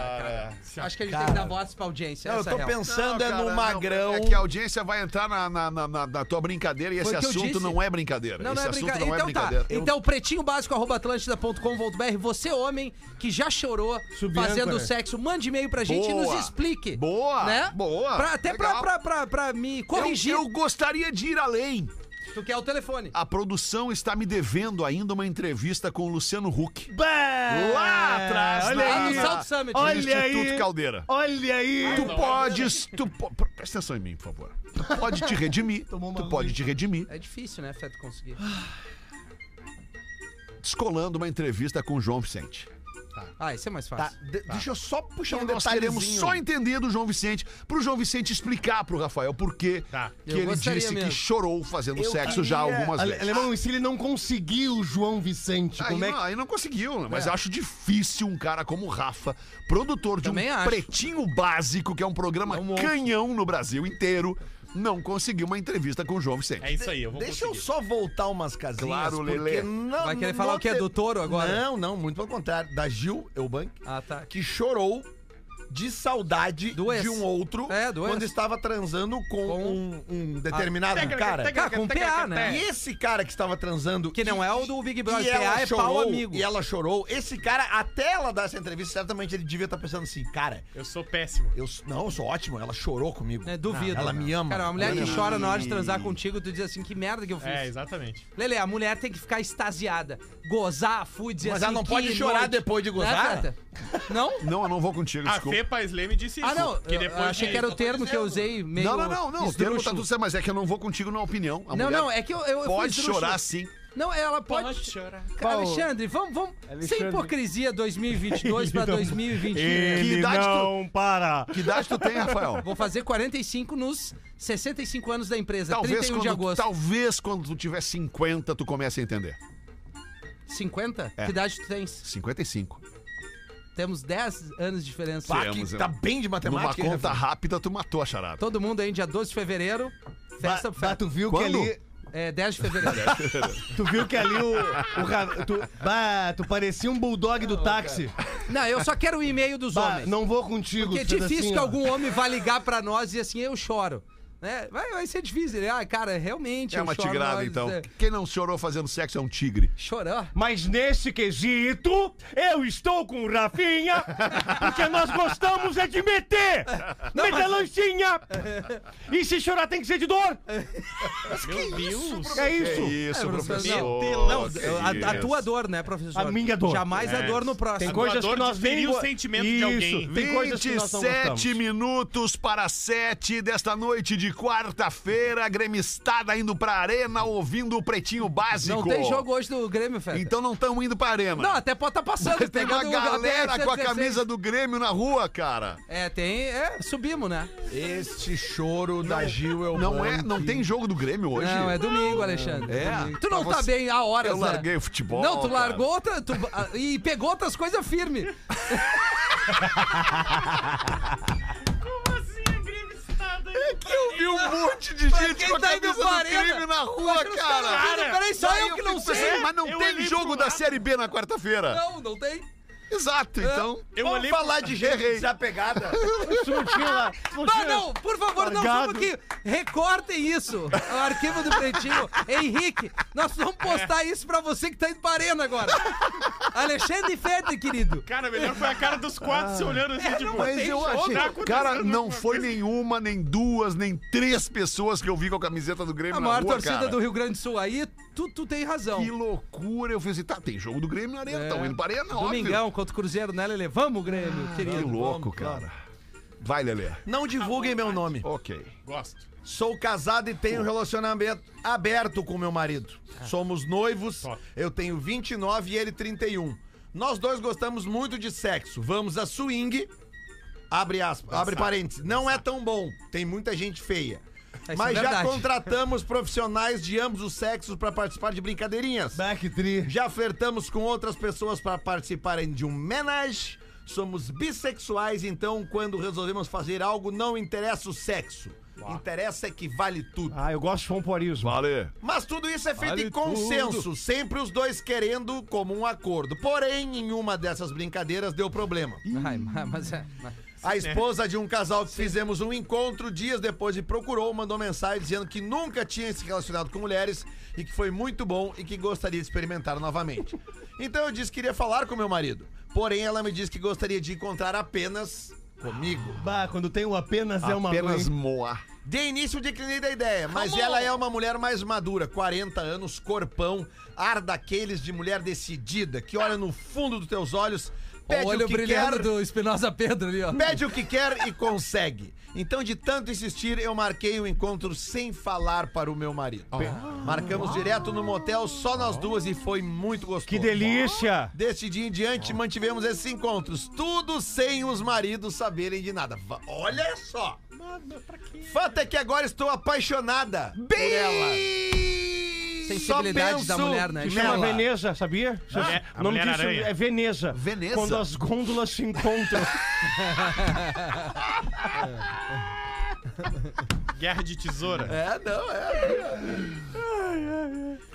[SPEAKER 3] Acho que a gente tem que dar voz pra audiência.
[SPEAKER 5] Eu
[SPEAKER 3] essa
[SPEAKER 5] tô
[SPEAKER 3] é a real.
[SPEAKER 5] pensando
[SPEAKER 4] Não,
[SPEAKER 5] é
[SPEAKER 4] cara,
[SPEAKER 5] no
[SPEAKER 4] não,
[SPEAKER 5] magrão.
[SPEAKER 4] É que a audiência vai entrar na, na, na- na- na tua brincadeira
[SPEAKER 3] Foi
[SPEAKER 4] e esse
[SPEAKER 3] o que eu
[SPEAKER 4] assunto
[SPEAKER 3] disse.
[SPEAKER 4] não é brincadeira.
[SPEAKER 3] Não, não
[SPEAKER 4] esse
[SPEAKER 3] é
[SPEAKER 4] assunto
[SPEAKER 3] brincadeira.
[SPEAKER 4] não é
[SPEAKER 3] Então
[SPEAKER 4] brincadeira.
[SPEAKER 3] tá. Então, pretinho básico, arroba atlântida.com.br. Você, homem, que já chorou
[SPEAKER 7] Subiâncora.
[SPEAKER 3] fazendo sexo, mande e-mail pra gente e
[SPEAKER 4] Boa.
[SPEAKER 3] nos explique.
[SPEAKER 4] Boa.
[SPEAKER 3] Né?
[SPEAKER 4] Boa.
[SPEAKER 3] Pra- até pra,
[SPEAKER 4] Legal.
[SPEAKER 3] pra, pra, pra me
[SPEAKER 4] Eu-
[SPEAKER 3] corrigir.
[SPEAKER 4] eu gostaria de ir além.
[SPEAKER 3] Tu quer o telefone.
[SPEAKER 4] A produção está me devendo ainda uma entrevista com o Luciano Huck. Lá atrás,
[SPEAKER 7] olha
[SPEAKER 4] na-
[SPEAKER 3] aí.
[SPEAKER 4] na-
[SPEAKER 3] Ah, no South Summit.
[SPEAKER 4] no
[SPEAKER 7] Olha
[SPEAKER 4] Instituto
[SPEAKER 7] aí.
[SPEAKER 4] Caldeira.
[SPEAKER 7] Olha aí!
[SPEAKER 4] Tu podes. Tu po- Presta atenção em mim, por favor. Tu pode te redimir. Tu pode te redimir.
[SPEAKER 3] É difícil, né, Feto, conseguir.
[SPEAKER 4] Descolando uma entrevista com o João Vicente.
[SPEAKER 3] Ah, isso é mais
[SPEAKER 5] Tá,
[SPEAKER 3] fácil.
[SPEAKER 5] de- Deixa eu só puxar um
[SPEAKER 4] Então nós queremos
[SPEAKER 5] detalhezinho.
[SPEAKER 4] só entender do João Vicente, pro João Vicente explicar pro Rafael por quê
[SPEAKER 6] Tá.
[SPEAKER 4] que
[SPEAKER 3] Eu
[SPEAKER 4] ele
[SPEAKER 3] gostaria
[SPEAKER 4] disse
[SPEAKER 3] mesmo.
[SPEAKER 4] que chorou fazendo
[SPEAKER 5] Eu
[SPEAKER 4] sexo
[SPEAKER 5] queria-
[SPEAKER 4] já algumas
[SPEAKER 8] Ale-
[SPEAKER 4] vezes.
[SPEAKER 8] Alemão, e se ele não conseguiu o João Vicente,
[SPEAKER 3] Tipo,
[SPEAKER 4] Aí,
[SPEAKER 8] como é
[SPEAKER 4] não,
[SPEAKER 8] que.
[SPEAKER 4] aí não conseguiu, né? mas eu acho difícil um cara como o Rafa, produtor de
[SPEAKER 3] Também
[SPEAKER 4] um
[SPEAKER 3] acho.
[SPEAKER 4] pretinho básico, que é um programa canhão no Brasil inteiro, não conseguir uma entrevista com o João Vicente.
[SPEAKER 6] É isso aí, eu vou
[SPEAKER 5] Deixa eu
[SPEAKER 6] conseguir.
[SPEAKER 5] só voltar umas casinhas.
[SPEAKER 4] Claro,
[SPEAKER 5] porque
[SPEAKER 4] Lelê.
[SPEAKER 5] não-
[SPEAKER 3] Vai querer
[SPEAKER 5] no
[SPEAKER 3] falar o que é
[SPEAKER 5] te-
[SPEAKER 3] do touro agora?
[SPEAKER 5] Não, não, muito pelo contrário. Da Gil Eubank,
[SPEAKER 3] Ah, tá.
[SPEAKER 5] que chorou de saudade
[SPEAKER 3] Do ex.
[SPEAKER 5] de um outro
[SPEAKER 3] É, do ex.
[SPEAKER 5] quando estava transando com,
[SPEAKER 3] Com-
[SPEAKER 5] um, um determinado cara.
[SPEAKER 3] Cara, com PA, né?
[SPEAKER 5] E esse cara que estava transando.
[SPEAKER 3] Que não é o do Big Brother.
[SPEAKER 5] e ela
[SPEAKER 3] PA é
[SPEAKER 5] chorou,
[SPEAKER 3] pau amigo.
[SPEAKER 5] E ela chorou. Esse cara, até ela dar essa entrevista, certamente ele devia estar pensando assim, cara,
[SPEAKER 6] Eu sou péssimo.
[SPEAKER 5] eu s- não, eu sou ótimo, ela chorou comigo.
[SPEAKER 3] É, duvido.
[SPEAKER 5] Ela me ama.
[SPEAKER 3] Cara, uma mulher
[SPEAKER 5] Ela
[SPEAKER 3] que
[SPEAKER 5] me
[SPEAKER 3] chora na hora de transar contigo, tu diz assim, que merda que eu fiz.
[SPEAKER 6] É, exatamente.
[SPEAKER 3] Lele, a mulher tem que ficar extasiada. Gozar, fui dizer
[SPEAKER 5] Mas
[SPEAKER 3] assim,
[SPEAKER 5] ela não
[SPEAKER 3] que
[SPEAKER 5] pode chorar
[SPEAKER 3] noite.
[SPEAKER 5] depois de
[SPEAKER 3] Né,
[SPEAKER 5] gozar?
[SPEAKER 3] Feta? Não?
[SPEAKER 4] Não, eu não vou contigo,
[SPEAKER 6] A
[SPEAKER 4] desculpa.
[SPEAKER 6] Fê Paes Leme disse isso.
[SPEAKER 3] Ah, não.
[SPEAKER 6] Que
[SPEAKER 3] eu
[SPEAKER 6] depois
[SPEAKER 3] achei que era o termo que eu usei meio.
[SPEAKER 4] Não, não, não, não. O termo tá
[SPEAKER 3] esdrúxulo.
[SPEAKER 4] tudo certo, mas é que eu não vou contigo na opinião. A
[SPEAKER 3] Não,
[SPEAKER 4] mulher
[SPEAKER 3] não, é que eu. eu eu fui
[SPEAKER 4] pode
[SPEAKER 3] esdrúxulo.
[SPEAKER 4] chorar sim.
[SPEAKER 3] Não, ela pode.
[SPEAKER 6] chorar.
[SPEAKER 3] Alexandre, vamos, vamos. Sem
[SPEAKER 7] Alexandre.
[SPEAKER 3] hipocrisia 2022 pra
[SPEAKER 7] Ele não- É.
[SPEAKER 3] 2021.
[SPEAKER 4] Que
[SPEAKER 7] Então, Ele
[SPEAKER 4] idade tu-
[SPEAKER 7] não para.
[SPEAKER 4] Que idade tu tem, Rafael?
[SPEAKER 3] um. Vou fazer 45 nos 65 anos da empresa,
[SPEAKER 4] Talvez
[SPEAKER 3] 31
[SPEAKER 4] quando,
[SPEAKER 3] de agosto.
[SPEAKER 4] talvez quando tu tiver 50, tu comece a entender.
[SPEAKER 3] 50?
[SPEAKER 4] É.
[SPEAKER 3] Que idade tu tens?
[SPEAKER 4] 55.
[SPEAKER 3] Temos 10 anos de diferença.
[SPEAKER 5] Pá,
[SPEAKER 4] Temos,
[SPEAKER 5] que
[SPEAKER 4] eu-
[SPEAKER 5] tá bem de
[SPEAKER 4] Numa
[SPEAKER 3] né,
[SPEAKER 5] matemática. hein,
[SPEAKER 4] conta
[SPEAKER 5] Rafa?
[SPEAKER 4] rápida, tu matou a charada.
[SPEAKER 3] Todo mundo aí, dia 12 de fevereiro. Festa
[SPEAKER 8] Bah, bah, tu viu
[SPEAKER 4] Quando?
[SPEAKER 8] que ali.
[SPEAKER 3] É, 10 de fevereiro.
[SPEAKER 8] Tu viu que ali o. o Ra- tu, bah, tu parecia um bulldog do táxi.
[SPEAKER 3] não, eu só quero o e-mail dos
[SPEAKER 8] Bah,
[SPEAKER 3] homens.
[SPEAKER 8] não vou contigo.
[SPEAKER 3] Porque é
[SPEAKER 8] tu fez
[SPEAKER 3] difícil
[SPEAKER 8] assim,
[SPEAKER 3] que
[SPEAKER 8] ó.
[SPEAKER 3] algum homem vá ligar pra nós e assim, eu choro. Né? Vai, vai ser difícil. Ele, Ah, cara, realmente.
[SPEAKER 4] É
[SPEAKER 3] eu
[SPEAKER 4] uma
[SPEAKER 3] choro na
[SPEAKER 4] tigrada,
[SPEAKER 3] hora de
[SPEAKER 4] então.
[SPEAKER 3] dizer-
[SPEAKER 4] Quem não chorou fazendo sexo é um tigre.
[SPEAKER 3] Chorou.
[SPEAKER 7] Mas nesse quesito, eu estou com o Rafinha, porque nós gostamos é de meter! Meter lanchinha! E se chorar tem que ser de dor!
[SPEAKER 6] Meu Deus.
[SPEAKER 7] É
[SPEAKER 4] Que
[SPEAKER 7] isso!
[SPEAKER 4] isso,
[SPEAKER 3] É, professor,
[SPEAKER 4] professor.
[SPEAKER 6] não.
[SPEAKER 3] Não,
[SPEAKER 4] que
[SPEAKER 3] a, a
[SPEAKER 4] isso.
[SPEAKER 3] tua dor, né, professor?
[SPEAKER 7] A minha dor.
[SPEAKER 3] Jamais a
[SPEAKER 6] É.
[SPEAKER 3] dor no
[SPEAKER 7] Tem
[SPEAKER 3] próximo.
[SPEAKER 7] coisas
[SPEAKER 6] doador
[SPEAKER 7] que nós
[SPEAKER 6] de ferir
[SPEAKER 7] nem
[SPEAKER 6] o
[SPEAKER 7] go-
[SPEAKER 6] sentimento de alguém.
[SPEAKER 7] Isso, Tem coisas que nós não
[SPEAKER 4] 27
[SPEAKER 7] gostamos.
[SPEAKER 4] minutos para 7 desta noite de quarta-feira, gremistada indo pra arena, ouvindo o pretinho básico.
[SPEAKER 3] Não tem jogo hoje do Grêmio, Fé.
[SPEAKER 4] Então não estamos indo pra arena.
[SPEAKER 3] Não, até pode estar passando.
[SPEAKER 4] Mas tem uma
[SPEAKER 3] pegando o
[SPEAKER 4] galera
[SPEAKER 3] ABX
[SPEAKER 4] com a
[SPEAKER 3] 16.
[SPEAKER 4] camisa do Grêmio na rua, cara.
[SPEAKER 3] É, tem. É, subimos, né?
[SPEAKER 9] Este choro da Gil eu
[SPEAKER 4] Não é, não tem jogo do Grêmio hoje.
[SPEAKER 3] Não, é domingo, Alexandre.
[SPEAKER 4] É?
[SPEAKER 3] domingo. Tu não
[SPEAKER 4] Mas
[SPEAKER 3] tá
[SPEAKER 4] você-
[SPEAKER 3] bem há horas,
[SPEAKER 4] Eu
[SPEAKER 3] né?
[SPEAKER 4] larguei o futebol,
[SPEAKER 3] Não, tu
[SPEAKER 4] cara.
[SPEAKER 3] largou outra. tu- ah, e pegou outras coisas firme.
[SPEAKER 6] Como assim a gremistada?
[SPEAKER 4] Eu vi um monte de gente
[SPEAKER 3] tá
[SPEAKER 4] com a camisa do Grêmio na rua, cara.
[SPEAKER 3] Peraí, só
[SPEAKER 4] Daí
[SPEAKER 3] eu que não
[SPEAKER 4] fico
[SPEAKER 3] sei.
[SPEAKER 4] pensando, Mas não
[SPEAKER 6] Eu
[SPEAKER 4] tem
[SPEAKER 6] olhei
[SPEAKER 4] jogo
[SPEAKER 6] pro
[SPEAKER 4] da
[SPEAKER 6] lado.
[SPEAKER 4] Série B na quarta-feira.
[SPEAKER 3] Não, não tem.
[SPEAKER 4] Exato, então.
[SPEAKER 6] É. Eu
[SPEAKER 4] Vamos
[SPEAKER 6] olhei pro-
[SPEAKER 4] falar de errei.
[SPEAKER 5] Desapegada.
[SPEAKER 7] Isso não tinha lá. isso Não,
[SPEAKER 3] Não,
[SPEAKER 7] tinha.
[SPEAKER 3] não, por favor, não, só
[SPEAKER 7] Largado.
[SPEAKER 3] porque recortem isso. É O arquivo do Pretinho. Henrique, nós
[SPEAKER 4] É.
[SPEAKER 3] vamos postar isso pra você que tá indo pra arena agora. Alexandre Feder, querido.
[SPEAKER 6] Cara, melhor foi a cara dos quatro se olhando assim, tipo...
[SPEAKER 4] Mas
[SPEAKER 6] tem
[SPEAKER 4] eu
[SPEAKER 6] jogo,
[SPEAKER 4] achei.
[SPEAKER 6] tá acontecendo
[SPEAKER 4] Cara, não
[SPEAKER 6] alguma
[SPEAKER 4] foi
[SPEAKER 6] coisa.
[SPEAKER 4] nenhuma, nem duas, nem três pessoas que eu vi com a camiseta do Grêmio
[SPEAKER 3] A
[SPEAKER 4] na
[SPEAKER 3] maior
[SPEAKER 4] rua,
[SPEAKER 3] torcida
[SPEAKER 4] cara.
[SPEAKER 3] do Rio Grande do Sul aí, tu, tu tem razão.
[SPEAKER 4] Que loucura. Eu fiz assim, tá, tem jogo do Grêmio na arena, tão indo pra arena,
[SPEAKER 3] Domingão contra o Cruzeiro, né, Lele? Vamos, Grêmio,
[SPEAKER 4] óbvio. Ah, Que
[SPEAKER 3] querido.
[SPEAKER 4] louco, cara. Vai, Lelê.
[SPEAKER 5] Não divulguem meu nome.
[SPEAKER 4] Ok.
[SPEAKER 6] Gosto.
[SPEAKER 5] Sou casado e tenho um relacionamento aberto com meu marido. Somos noivos,
[SPEAKER 6] Top.
[SPEAKER 5] eu tenho 29 e ele 31. Nós dois gostamos muito de sexo. Vamos a swing. Abre aspas, abre parênteses. Não é tão bom, tem muita gente feia.
[SPEAKER 3] é
[SPEAKER 5] Mas já
[SPEAKER 3] verdade.
[SPEAKER 5] contratamos profissionais de ambos os sexos para participar de brincadeirinhas.
[SPEAKER 8] Back tri.
[SPEAKER 5] Já flertamos com outras pessoas para participarem de um menage. Somos bissexuais, então quando resolvemos fazer algo, não interessa o sexo. Interessa é que vale tudo.
[SPEAKER 7] Ah, eu gosto de pompoarismo.
[SPEAKER 4] Vale.
[SPEAKER 5] Mas tudo isso é feito em consenso, sempre os dois querendo como um acordo. Porém, em uma dessas brincadeiras deu problema.
[SPEAKER 3] Ai, mas, mas é. mas-
[SPEAKER 5] A esposa de um casal que fizemos um encontro dias depois e procurou, mandou mensagem dizendo que nunca tinha se relacionado com mulheres e que foi muito bom e que gostaria de experimentar novamente. Então eu disse que queria falar com meu marido. Porém, ela me disse que gostaria de encontrar apenas comigo.
[SPEAKER 8] Bah, quando tem o apenas é uma
[SPEAKER 4] Apenas
[SPEAKER 8] ruim.
[SPEAKER 4] moar.
[SPEAKER 5] De início eu declinei da ideia, mas ela é uma mulher mais madura, 40 anos, corpão, ar daqueles de mulher decidida, que olha no fundo dos teus olhos,
[SPEAKER 3] Ó, O
[SPEAKER 5] pede
[SPEAKER 3] olho
[SPEAKER 5] o que
[SPEAKER 3] brilhando
[SPEAKER 5] quer,
[SPEAKER 3] do Espinosa Pedro ali, ó.
[SPEAKER 5] pede o que quer e consegue. Então, de tanto insistir, eu marquei o encontro sem falar para o meu marido. Marcamos direto no motel, só nós duas, e foi muito gostoso.
[SPEAKER 7] Que delícia!
[SPEAKER 5] Deste dia em diante, mantivemos esses encontros, tudo sem os maridos saberem de nada. Va- Olha só! Fato é que agora estou apaixonada por ela.
[SPEAKER 3] Sensibilidade da mulher, né?
[SPEAKER 5] que
[SPEAKER 7] Chama
[SPEAKER 5] nela.
[SPEAKER 7] Veneza, sabia?
[SPEAKER 6] Ah,
[SPEAKER 7] o nome
[SPEAKER 6] a
[SPEAKER 7] disso
[SPEAKER 6] Mulher-Aranha.
[SPEAKER 7] é Veneza.
[SPEAKER 4] Veneza?
[SPEAKER 7] Quando as gôndolas se encontram.
[SPEAKER 6] Guerra de tesoura.
[SPEAKER 5] É, não, é.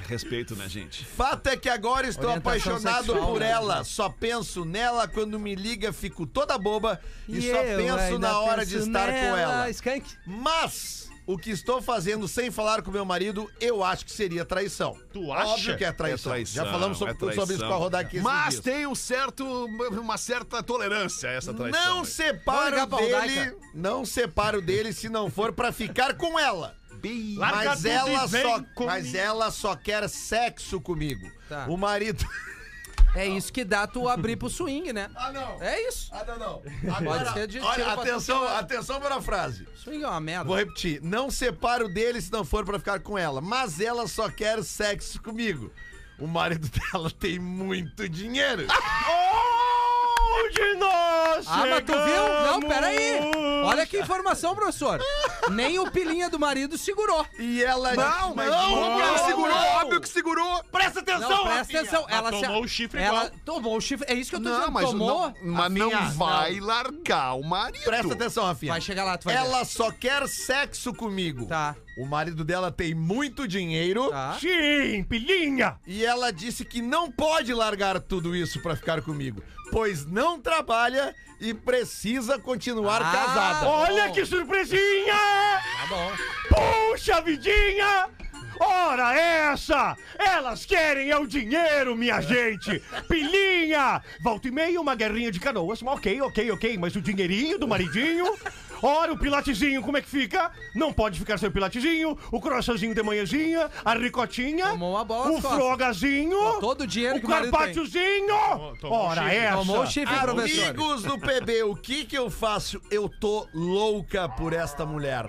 [SPEAKER 4] Respeito, né, gente?
[SPEAKER 5] Fato é que agora estou
[SPEAKER 3] Orientação
[SPEAKER 5] apaixonado
[SPEAKER 3] sexual,
[SPEAKER 5] por
[SPEAKER 3] né?
[SPEAKER 5] ela. Só penso nela quando me liga, fico toda boba e,
[SPEAKER 3] E
[SPEAKER 5] só
[SPEAKER 3] eu
[SPEAKER 5] penso
[SPEAKER 3] ainda
[SPEAKER 5] na hora de
[SPEAKER 3] penso
[SPEAKER 5] estar com
[SPEAKER 3] nela.
[SPEAKER 5] ela.
[SPEAKER 3] Skank.
[SPEAKER 5] Mas o que estou fazendo sem falar com meu marido, eu acho que seria traição.
[SPEAKER 6] Tu acha?
[SPEAKER 5] Óbvio que é traição.
[SPEAKER 4] É traição,
[SPEAKER 5] Já falamos sobre,
[SPEAKER 4] é traição.
[SPEAKER 5] sobre isso com a rodar aqui. esses
[SPEAKER 4] Mas
[SPEAKER 5] dias.
[SPEAKER 4] tem um certo, uma certa tolerância a essa traição. né?
[SPEAKER 5] Não
[SPEAKER 4] aí.
[SPEAKER 5] separo
[SPEAKER 3] Olha,
[SPEAKER 5] dele,
[SPEAKER 3] Gabaldaica.
[SPEAKER 5] não separo dele se não for pra ficar com ela.
[SPEAKER 4] Bem-
[SPEAKER 6] Larga
[SPEAKER 5] mas
[SPEAKER 6] tudo e
[SPEAKER 5] ela
[SPEAKER 6] vem
[SPEAKER 5] só,
[SPEAKER 6] comigo.
[SPEAKER 5] mas ela só quer sexo comigo.
[SPEAKER 3] Tá.
[SPEAKER 5] O marido
[SPEAKER 3] É isso que dá tu abrir pro swing, né?
[SPEAKER 5] Ah, não.
[SPEAKER 3] É isso.
[SPEAKER 5] Ah, não, não. Agora,
[SPEAKER 3] ser de tiro
[SPEAKER 5] olha,
[SPEAKER 3] pra
[SPEAKER 5] atenção,
[SPEAKER 3] todo lado.
[SPEAKER 5] atenção para a frase.
[SPEAKER 3] Swing é uma merda.
[SPEAKER 5] Vou repetir. Não separo dele se não for pra ficar com ela, mas ela só quer sexo comigo. O marido dela tem muito dinheiro.
[SPEAKER 7] Onde nós
[SPEAKER 3] Ah, mas tu viu? Não,
[SPEAKER 7] chegamos?
[SPEAKER 3] peraí. Olha que informação, professor. Nem o pilinha do marido segurou.
[SPEAKER 5] E ela
[SPEAKER 4] Não,
[SPEAKER 5] mas
[SPEAKER 4] óbvio que segurou, óbvio que segurou.
[SPEAKER 5] Presta atenção,
[SPEAKER 3] Não, presta atenção. Ela
[SPEAKER 6] Mas
[SPEAKER 3] se-
[SPEAKER 6] tomou o chifre
[SPEAKER 3] Ela
[SPEAKER 6] igual.
[SPEAKER 3] tomou o chifre. É isso que eu tô
[SPEAKER 4] Não,
[SPEAKER 3] dizendo.
[SPEAKER 4] mas,
[SPEAKER 3] tomou. Ah,
[SPEAKER 4] não, mas não
[SPEAKER 5] Rafinha,
[SPEAKER 4] vai largar o marido.
[SPEAKER 5] Presta atenção, Rafinha.
[SPEAKER 3] Vai chegar lá, tu vai ver.
[SPEAKER 5] Ela só quer sexo comigo.
[SPEAKER 3] Tá.
[SPEAKER 5] O marido dela tem muito dinheiro
[SPEAKER 3] Tá.
[SPEAKER 7] Sim, pilinha.
[SPEAKER 5] e ela disse que não pode largar tudo isso pra ficar comigo, pois não trabalha e precisa continuar
[SPEAKER 3] Ah.
[SPEAKER 5] casada.
[SPEAKER 7] Olha que surpresinha!
[SPEAKER 3] Tá bom.
[SPEAKER 7] Puxa vidinha! Ora essa! Elas querem é o dinheiro, minha gente! Pilinha! Volta e meia, uma guerrinha de canoas. Mas Ok, ok, ok. Mas o dinheirinho do maridinho? Ora, o pilatezinho, como é que fica? Não pode ficar sem o pilatezinho, o croissantzinho de manhãzinha, a ricotinha,
[SPEAKER 3] Tomou uma bola nas
[SPEAKER 7] o
[SPEAKER 3] costas.
[SPEAKER 7] frogazinho,
[SPEAKER 3] Todo o dinheiro
[SPEAKER 7] o
[SPEAKER 3] que o marido tem.
[SPEAKER 7] carpacciozinho.
[SPEAKER 6] tomou
[SPEAKER 7] Ora
[SPEAKER 6] chifre.
[SPEAKER 7] essa!
[SPEAKER 3] Tomou o chifre, professor.
[SPEAKER 5] Amigos do PB, o que que eu faço? Eu tô louca por esta mulher.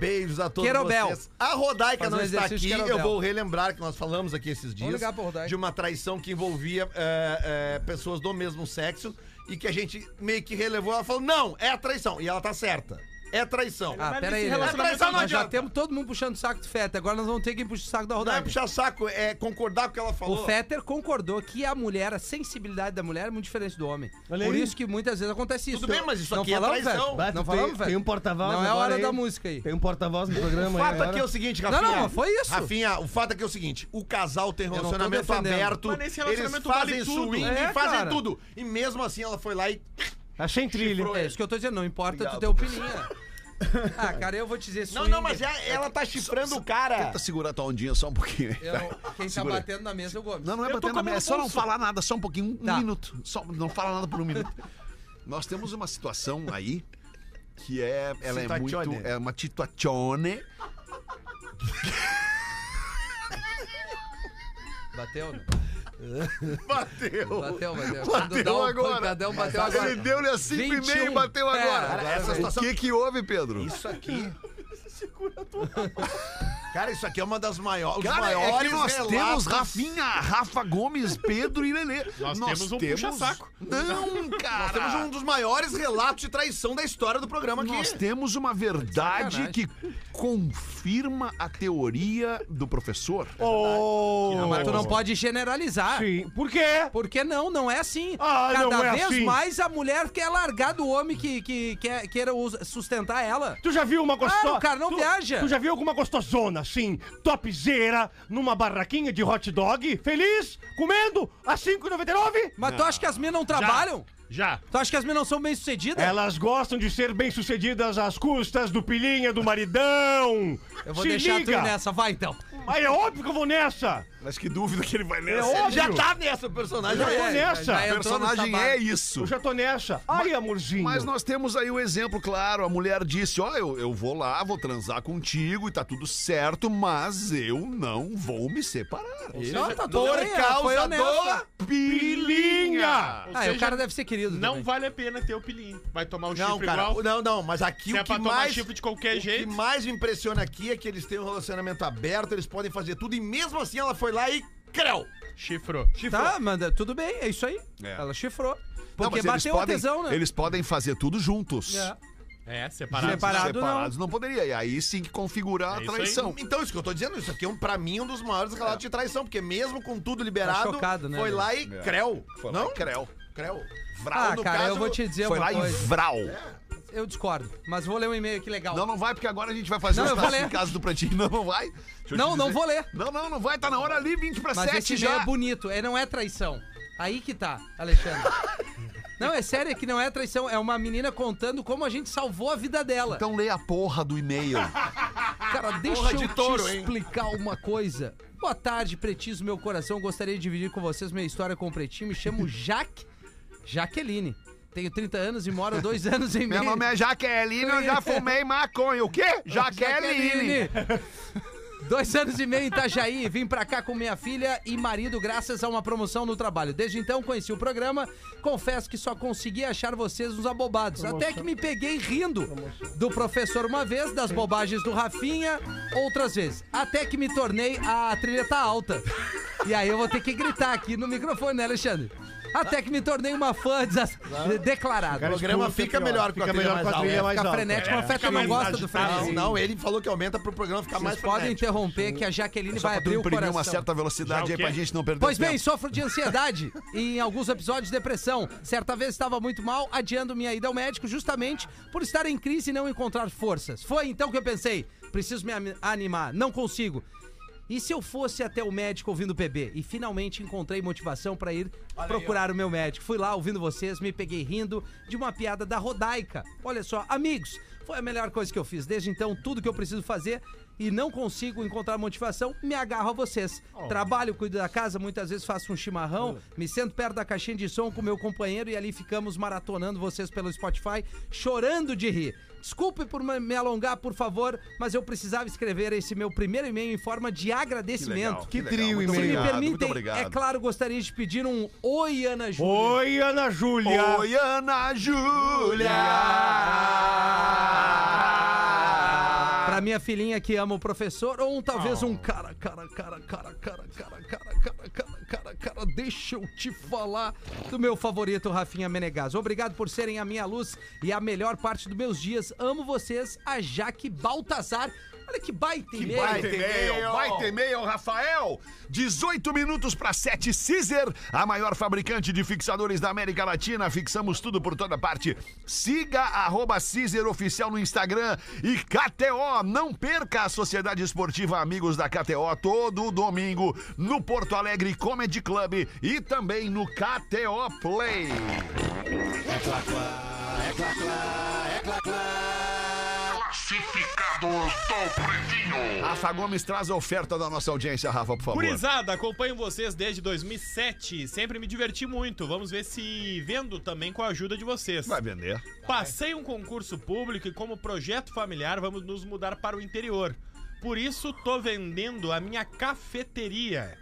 [SPEAKER 5] Beijos a todos
[SPEAKER 3] Querobel.
[SPEAKER 5] vocês. A Rodaica
[SPEAKER 3] Faz um
[SPEAKER 5] não está
[SPEAKER 3] exercício de
[SPEAKER 5] aqui.
[SPEAKER 3] Querobel.
[SPEAKER 5] Eu vou relembrar que nós falamos aqui esses dias
[SPEAKER 3] ligar pra Rodaica.
[SPEAKER 5] de uma traição que envolvia é, é, pessoas do mesmo sexo e que a gente meio que relevou. Ela falou, não, é a traição. E ela tá certa. É traição.
[SPEAKER 3] Ah,
[SPEAKER 6] Mas
[SPEAKER 3] peraí.
[SPEAKER 6] esse
[SPEAKER 3] né?
[SPEAKER 6] relacionamento
[SPEAKER 5] não
[SPEAKER 3] Nós já
[SPEAKER 5] adianta.
[SPEAKER 3] temos todo mundo puxando o saco do Fetter. Agora nós vamos ter que puxar o saco da
[SPEAKER 5] não é
[SPEAKER 3] rodada.
[SPEAKER 5] puxar saco, é concordar com o que ela
[SPEAKER 3] O
[SPEAKER 5] falou.
[SPEAKER 3] Fetter concordou que a mulher, a sensibilidade da mulher é muito diferente do homem.
[SPEAKER 7] Olha
[SPEAKER 3] Por
[SPEAKER 7] aí.
[SPEAKER 3] isso que muitas vezes acontece isso.
[SPEAKER 5] Tudo bem, mas isso
[SPEAKER 3] não
[SPEAKER 5] aqui é
[SPEAKER 3] falamos,
[SPEAKER 5] traição.
[SPEAKER 3] velho?
[SPEAKER 10] Bah,
[SPEAKER 3] Não
[SPEAKER 10] tu
[SPEAKER 3] falamos,
[SPEAKER 10] tem,
[SPEAKER 3] velho?
[SPEAKER 10] tem um porta-voz
[SPEAKER 3] Não é
[SPEAKER 10] agora
[SPEAKER 3] hora
[SPEAKER 10] aí.
[SPEAKER 3] da música aí.
[SPEAKER 10] Tem um porta-voz no
[SPEAKER 5] O
[SPEAKER 10] programa aí
[SPEAKER 5] fato
[SPEAKER 10] agora.
[SPEAKER 5] aqui é o seguinte,
[SPEAKER 3] não,
[SPEAKER 5] Rafinha.
[SPEAKER 3] mas foi isso.
[SPEAKER 5] Rafinha, o fato aqui é o seguinte: o casal tem
[SPEAKER 3] não tô
[SPEAKER 5] relacionamento
[SPEAKER 3] defendendo.
[SPEAKER 5] aberto,
[SPEAKER 6] Mas nesse
[SPEAKER 5] eles
[SPEAKER 6] relacionamento
[SPEAKER 5] fazem
[SPEAKER 6] vale tudo.
[SPEAKER 5] swing
[SPEAKER 3] É,
[SPEAKER 5] e fazem
[SPEAKER 3] cara.
[SPEAKER 5] tudo. E mesmo assim ela foi lá e.
[SPEAKER 7] Achei em Tá trilha.
[SPEAKER 3] É isso que eu tô dizendo, não importa tu ter opininha. Ah, cara, eu vou te dizer isso.
[SPEAKER 5] Não, não, mas é- ela tá chifrando o cara.
[SPEAKER 4] Tenta segurar tua ondinha só um pouquinho.
[SPEAKER 3] Quem tá
[SPEAKER 4] Segura aí.
[SPEAKER 3] batendo na mesa é o Gomes.
[SPEAKER 4] Não, não é
[SPEAKER 6] Eu tô
[SPEAKER 4] bater na
[SPEAKER 6] comendo
[SPEAKER 4] mesa, é só não
[SPEAKER 6] pulso.
[SPEAKER 4] falar nada, só um pouquinho, um
[SPEAKER 3] Tá.
[SPEAKER 4] minuto. Só, não fala nada por um minuto. Nós temos uma situação aí que é. Ela é muito.
[SPEAKER 5] Situazione.
[SPEAKER 4] É uma situazione.
[SPEAKER 3] Bateu, né?
[SPEAKER 4] Bateu!
[SPEAKER 3] Bateu, bateu. um
[SPEAKER 4] Bateu agora.
[SPEAKER 3] Pancadão, bateu agora.
[SPEAKER 4] Ele deu-lhe a 5 e
[SPEAKER 3] 21.
[SPEAKER 4] meio e bateu
[SPEAKER 3] É,
[SPEAKER 4] agora.
[SPEAKER 3] agora
[SPEAKER 5] essa
[SPEAKER 4] o
[SPEAKER 5] situação-
[SPEAKER 4] que que houve, Pedro?
[SPEAKER 5] Isso aqui. Cara, isso aqui é uma das maiores. os
[SPEAKER 4] Cara, é que
[SPEAKER 5] maiores
[SPEAKER 4] nós
[SPEAKER 5] relatos.
[SPEAKER 4] temos Rafinha, Rafa Gomes, Pedro e Lelê.
[SPEAKER 6] Nós temos um puxa-saco.
[SPEAKER 4] Não, cara.
[SPEAKER 5] Nós temos um dos maiores relatos de traição da história do programa aqui.
[SPEAKER 4] Nós temos uma verdade
[SPEAKER 3] Sacanagem.
[SPEAKER 4] que confirma a teoria do professor.
[SPEAKER 7] Oh,
[SPEAKER 5] é
[SPEAKER 3] Mas tu não é. pode generalizar.
[SPEAKER 7] sim. Por quê?
[SPEAKER 3] Por que não? Não é assim.
[SPEAKER 7] Ah,
[SPEAKER 3] Cada
[SPEAKER 7] não é
[SPEAKER 3] vez
[SPEAKER 7] assim.
[SPEAKER 3] mais a mulher quer largar do homem que, que, quer- queira us- sustentar ela.
[SPEAKER 7] Tu já viu uma gostosa?
[SPEAKER 3] Claro, cara, não
[SPEAKER 7] tu,
[SPEAKER 3] viaja.
[SPEAKER 7] Tu já viu alguma gostosona, assim, topzeira, numa barraquinha de hot dog, feliz, comendo a 5,99?
[SPEAKER 3] Mas tu acha que as minas não trabalham?
[SPEAKER 6] Já.
[SPEAKER 3] Tu acha que as minas não são bem-sucedidas?
[SPEAKER 7] Elas gostam de ser bem-sucedidas às custas do pilinha, do maridão.
[SPEAKER 3] Eu vou
[SPEAKER 7] Se
[SPEAKER 3] deixar
[SPEAKER 7] liga.
[SPEAKER 3] tu ir nessa, vai então.
[SPEAKER 7] Mas é óbvio que eu vou nessa.
[SPEAKER 4] Mas que dúvida que ele vai
[SPEAKER 7] É
[SPEAKER 4] nessa.
[SPEAKER 7] óbvio.
[SPEAKER 5] Já tá nessa, o personagem.
[SPEAKER 7] Eu já tô
[SPEAKER 3] É,
[SPEAKER 7] nessa.
[SPEAKER 3] já
[SPEAKER 4] O
[SPEAKER 3] entrou no
[SPEAKER 4] personagem
[SPEAKER 3] trabalho.
[SPEAKER 4] é isso.
[SPEAKER 7] Eu já tô nessa. Ai, amorzinho.
[SPEAKER 4] Mas nós temos aí o exemplo, claro. A mulher disse: Ó, eu, eu vou lá, vou transar contigo e tá tudo certo, mas eu não vou me separar.
[SPEAKER 3] Não, tá tudo
[SPEAKER 5] Por
[SPEAKER 3] bem, ela foi
[SPEAKER 5] causa
[SPEAKER 3] honesta.
[SPEAKER 5] do.
[SPEAKER 7] Pilinha!
[SPEAKER 6] Ou
[SPEAKER 3] Ah, e o
[SPEAKER 6] seja,
[SPEAKER 3] cara deve ser querido.
[SPEAKER 6] Não
[SPEAKER 3] também.
[SPEAKER 6] vale a pena ter o pilinho. Vai tomar o
[SPEAKER 5] Não,
[SPEAKER 6] chifre
[SPEAKER 5] cara,
[SPEAKER 6] igual.
[SPEAKER 5] não, não, mas aqui
[SPEAKER 6] Se
[SPEAKER 5] o
[SPEAKER 6] é
[SPEAKER 5] que
[SPEAKER 6] pra tomar
[SPEAKER 5] mais
[SPEAKER 6] chifre de qualquer
[SPEAKER 5] o
[SPEAKER 6] jeito.
[SPEAKER 5] que mais me impressiona aqui é que eles têm um relacionamento aberto, eles podem fazer tudo e mesmo assim ela foi lá e creu.
[SPEAKER 6] Chifrou.
[SPEAKER 3] Tá, manda, tudo bem, é isso aí. Ela chifrou.
[SPEAKER 4] Não,
[SPEAKER 3] Porque
[SPEAKER 4] mas eles
[SPEAKER 3] bateu
[SPEAKER 4] podem,
[SPEAKER 3] a tesão, né?
[SPEAKER 4] Eles podem fazer tudo juntos.
[SPEAKER 3] É.
[SPEAKER 6] É, separado.
[SPEAKER 3] Separado. não.
[SPEAKER 4] Separados não. poderia. E aí sim que configurar
[SPEAKER 6] É
[SPEAKER 4] a
[SPEAKER 6] isso aí.
[SPEAKER 4] traição.
[SPEAKER 5] Então, isso que eu tô dizendo, isso aqui é um, pra mim um dos maiores relatos de traição, porque mesmo com tudo liberado,
[SPEAKER 3] Tá chocado, né,
[SPEAKER 5] foi
[SPEAKER 3] Lê?
[SPEAKER 5] lá e
[SPEAKER 4] É.
[SPEAKER 5] creu.
[SPEAKER 4] Foi lá
[SPEAKER 5] não?
[SPEAKER 4] e creu.
[SPEAKER 5] Creu.
[SPEAKER 3] Ah,
[SPEAKER 4] Vral, no
[SPEAKER 3] cara,
[SPEAKER 4] caso,
[SPEAKER 3] eu vou te dizer
[SPEAKER 4] Foi
[SPEAKER 3] uma
[SPEAKER 4] lá e
[SPEAKER 3] coisa.
[SPEAKER 4] vral.
[SPEAKER 3] Eu discordo, mas vou ler um e-mail aqui legal.
[SPEAKER 4] Não, não vai, porque agora a gente vai fazer
[SPEAKER 3] Não,
[SPEAKER 4] os
[SPEAKER 3] eu vou ler.
[SPEAKER 4] em casa do Pretinho. Não, não vai. Deixa eu te
[SPEAKER 3] Não,
[SPEAKER 4] dizer.
[SPEAKER 3] não vou ler.
[SPEAKER 4] Não, não, não vai. Tá na hora ali, 20 pra
[SPEAKER 3] Mas
[SPEAKER 4] 7
[SPEAKER 3] esse já
[SPEAKER 4] já.
[SPEAKER 3] é bonito, é, não é traição. Aí que tá, Alexandre. não, é sério, é que não é traição. É uma menina contando como a gente salvou a vida dela.
[SPEAKER 4] Então lê a porra do e-mail.
[SPEAKER 3] Cara, deixa
[SPEAKER 5] Porra
[SPEAKER 3] eu
[SPEAKER 5] de
[SPEAKER 3] te
[SPEAKER 5] touro, hein?
[SPEAKER 3] explicar uma coisa. Boa tarde, pretinhos, do meu coração. Gostaria de dividir com vocês minha história com o pretinho. Me chamo Jaque. Jaqueline. Tenho 30 anos e moro há dois anos em
[SPEAKER 4] Meu
[SPEAKER 3] Minas.
[SPEAKER 5] é
[SPEAKER 4] nome é Jaqueline, eu já fumei maconha. O quê? Jaqueline.
[SPEAKER 3] Dois anos e meio em Itajaí, vim pra cá com minha filha e marido graças a uma promoção no trabalho. Desde então conheci o programa, confesso que só consegui achar vocês uns abobados. Até que me peguei rindo do professor uma vez, das bobagens do Rafinha outras vezes. Até que me tornei a trilheta alta. E aí eu vou ter que gritar aqui no microfone, né, Alexandre? Até que me tornei uma fã desas- declarada.
[SPEAKER 4] tá
[SPEAKER 9] O programa
[SPEAKER 8] Expulso é
[SPEAKER 9] fica
[SPEAKER 8] pior.
[SPEAKER 9] melhor com a
[SPEAKER 8] Fica
[SPEAKER 9] trilha
[SPEAKER 8] melhor
[SPEAKER 9] mais
[SPEAKER 8] com
[SPEAKER 7] é
[SPEAKER 8] a
[SPEAKER 9] alta.
[SPEAKER 8] trilha mais
[SPEAKER 3] Fica
[SPEAKER 8] alta.
[SPEAKER 3] frenético, mas o Feta não gosta do
[SPEAKER 9] Não,
[SPEAKER 3] frenético.
[SPEAKER 9] não, ele falou que aumenta pro programa ficar mais
[SPEAKER 3] Vocês podem
[SPEAKER 9] frenético.
[SPEAKER 3] interromper que a Jaqueline
[SPEAKER 4] Só
[SPEAKER 3] vai
[SPEAKER 4] pra tu
[SPEAKER 3] abrir o
[SPEAKER 4] imprimir
[SPEAKER 3] coração.
[SPEAKER 4] uma certa velocidade
[SPEAKER 6] Já o
[SPEAKER 4] aí pra
[SPEAKER 6] quê?
[SPEAKER 4] gente não perder
[SPEAKER 3] Pois
[SPEAKER 4] tempo.
[SPEAKER 3] bem, sofro de ansiedade e em alguns episódios depressão. Certa vez estava muito mal, adiando minha ida ao médico justamente por estar em crise e não encontrar forças. Foi então que eu pensei, preciso me ami- animar, não consigo. E se eu fosse até o médico ouvindo o PB? E finalmente encontrei motivação para ir procurar o meu médico. Fui lá ouvindo vocês, me peguei rindo de uma piada da Rodaica. Olha só, amigos, foi a melhor coisa que eu fiz. Desde então, tudo que eu preciso fazer e não consigo encontrar motivação, me agarro a vocês.
[SPEAKER 4] Oh.
[SPEAKER 3] Trabalho, cuido da casa, muitas vezes faço um chimarrão, me sento perto da caixinha de som com meu companheiro e ali ficamos maratonando vocês pelo Spotify, chorando de rir. Desculpe por me me alongar, por favor, mas eu precisava escrever esse meu primeiro e-mail em forma de agradecimento.
[SPEAKER 8] Que
[SPEAKER 4] legal.
[SPEAKER 8] trio
[SPEAKER 4] Muito
[SPEAKER 8] e meio.
[SPEAKER 4] obrigado,
[SPEAKER 3] Se me
[SPEAKER 4] Muito
[SPEAKER 3] permitem,
[SPEAKER 4] obrigado.
[SPEAKER 3] é claro, gostaria de pedir um Oi, Ana Júlia.
[SPEAKER 7] Oi, Ana Júlia.
[SPEAKER 4] Oi, Ana Júlia!
[SPEAKER 3] Pra minha filhinha que ama o professor, ou um, talvez um cara, cara, cara, cara, cara, cara, cara, cara, cara, cara, cara, deixa eu te falar do meu favorito, Rafinha Menegas. Obrigado por serem a minha luz e a melhor parte dos meus dias. Amo vocês, a Jaque Baltazar. Olha que baita
[SPEAKER 4] Que
[SPEAKER 3] e-mail.
[SPEAKER 4] baita e-mail, baita e-mail, Rafael! 18 minutos para 7 Caesar, a maior fabricante de fixadores da América Latina. Fixamos tudo por toda parte. Siga arroba Caesar Oficial no Instagram e KTO. Não perca a Sociedade Esportiva Amigos da KTO todo domingo no Porto Alegre Comedy Club e também no KTO Play. Rafa Gomes traz a oferta da nossa audiência, Rafa, por favor.
[SPEAKER 6] Curizada, acompanho vocês desde 2007. Sempre me diverti muito. Vamos ver se vendo também com a ajuda de vocês.
[SPEAKER 4] Vai vender.
[SPEAKER 6] Passei um concurso público e, como projeto familiar, vamos nos mudar para o interior. Por isso, tô vendendo a minha cafeteria.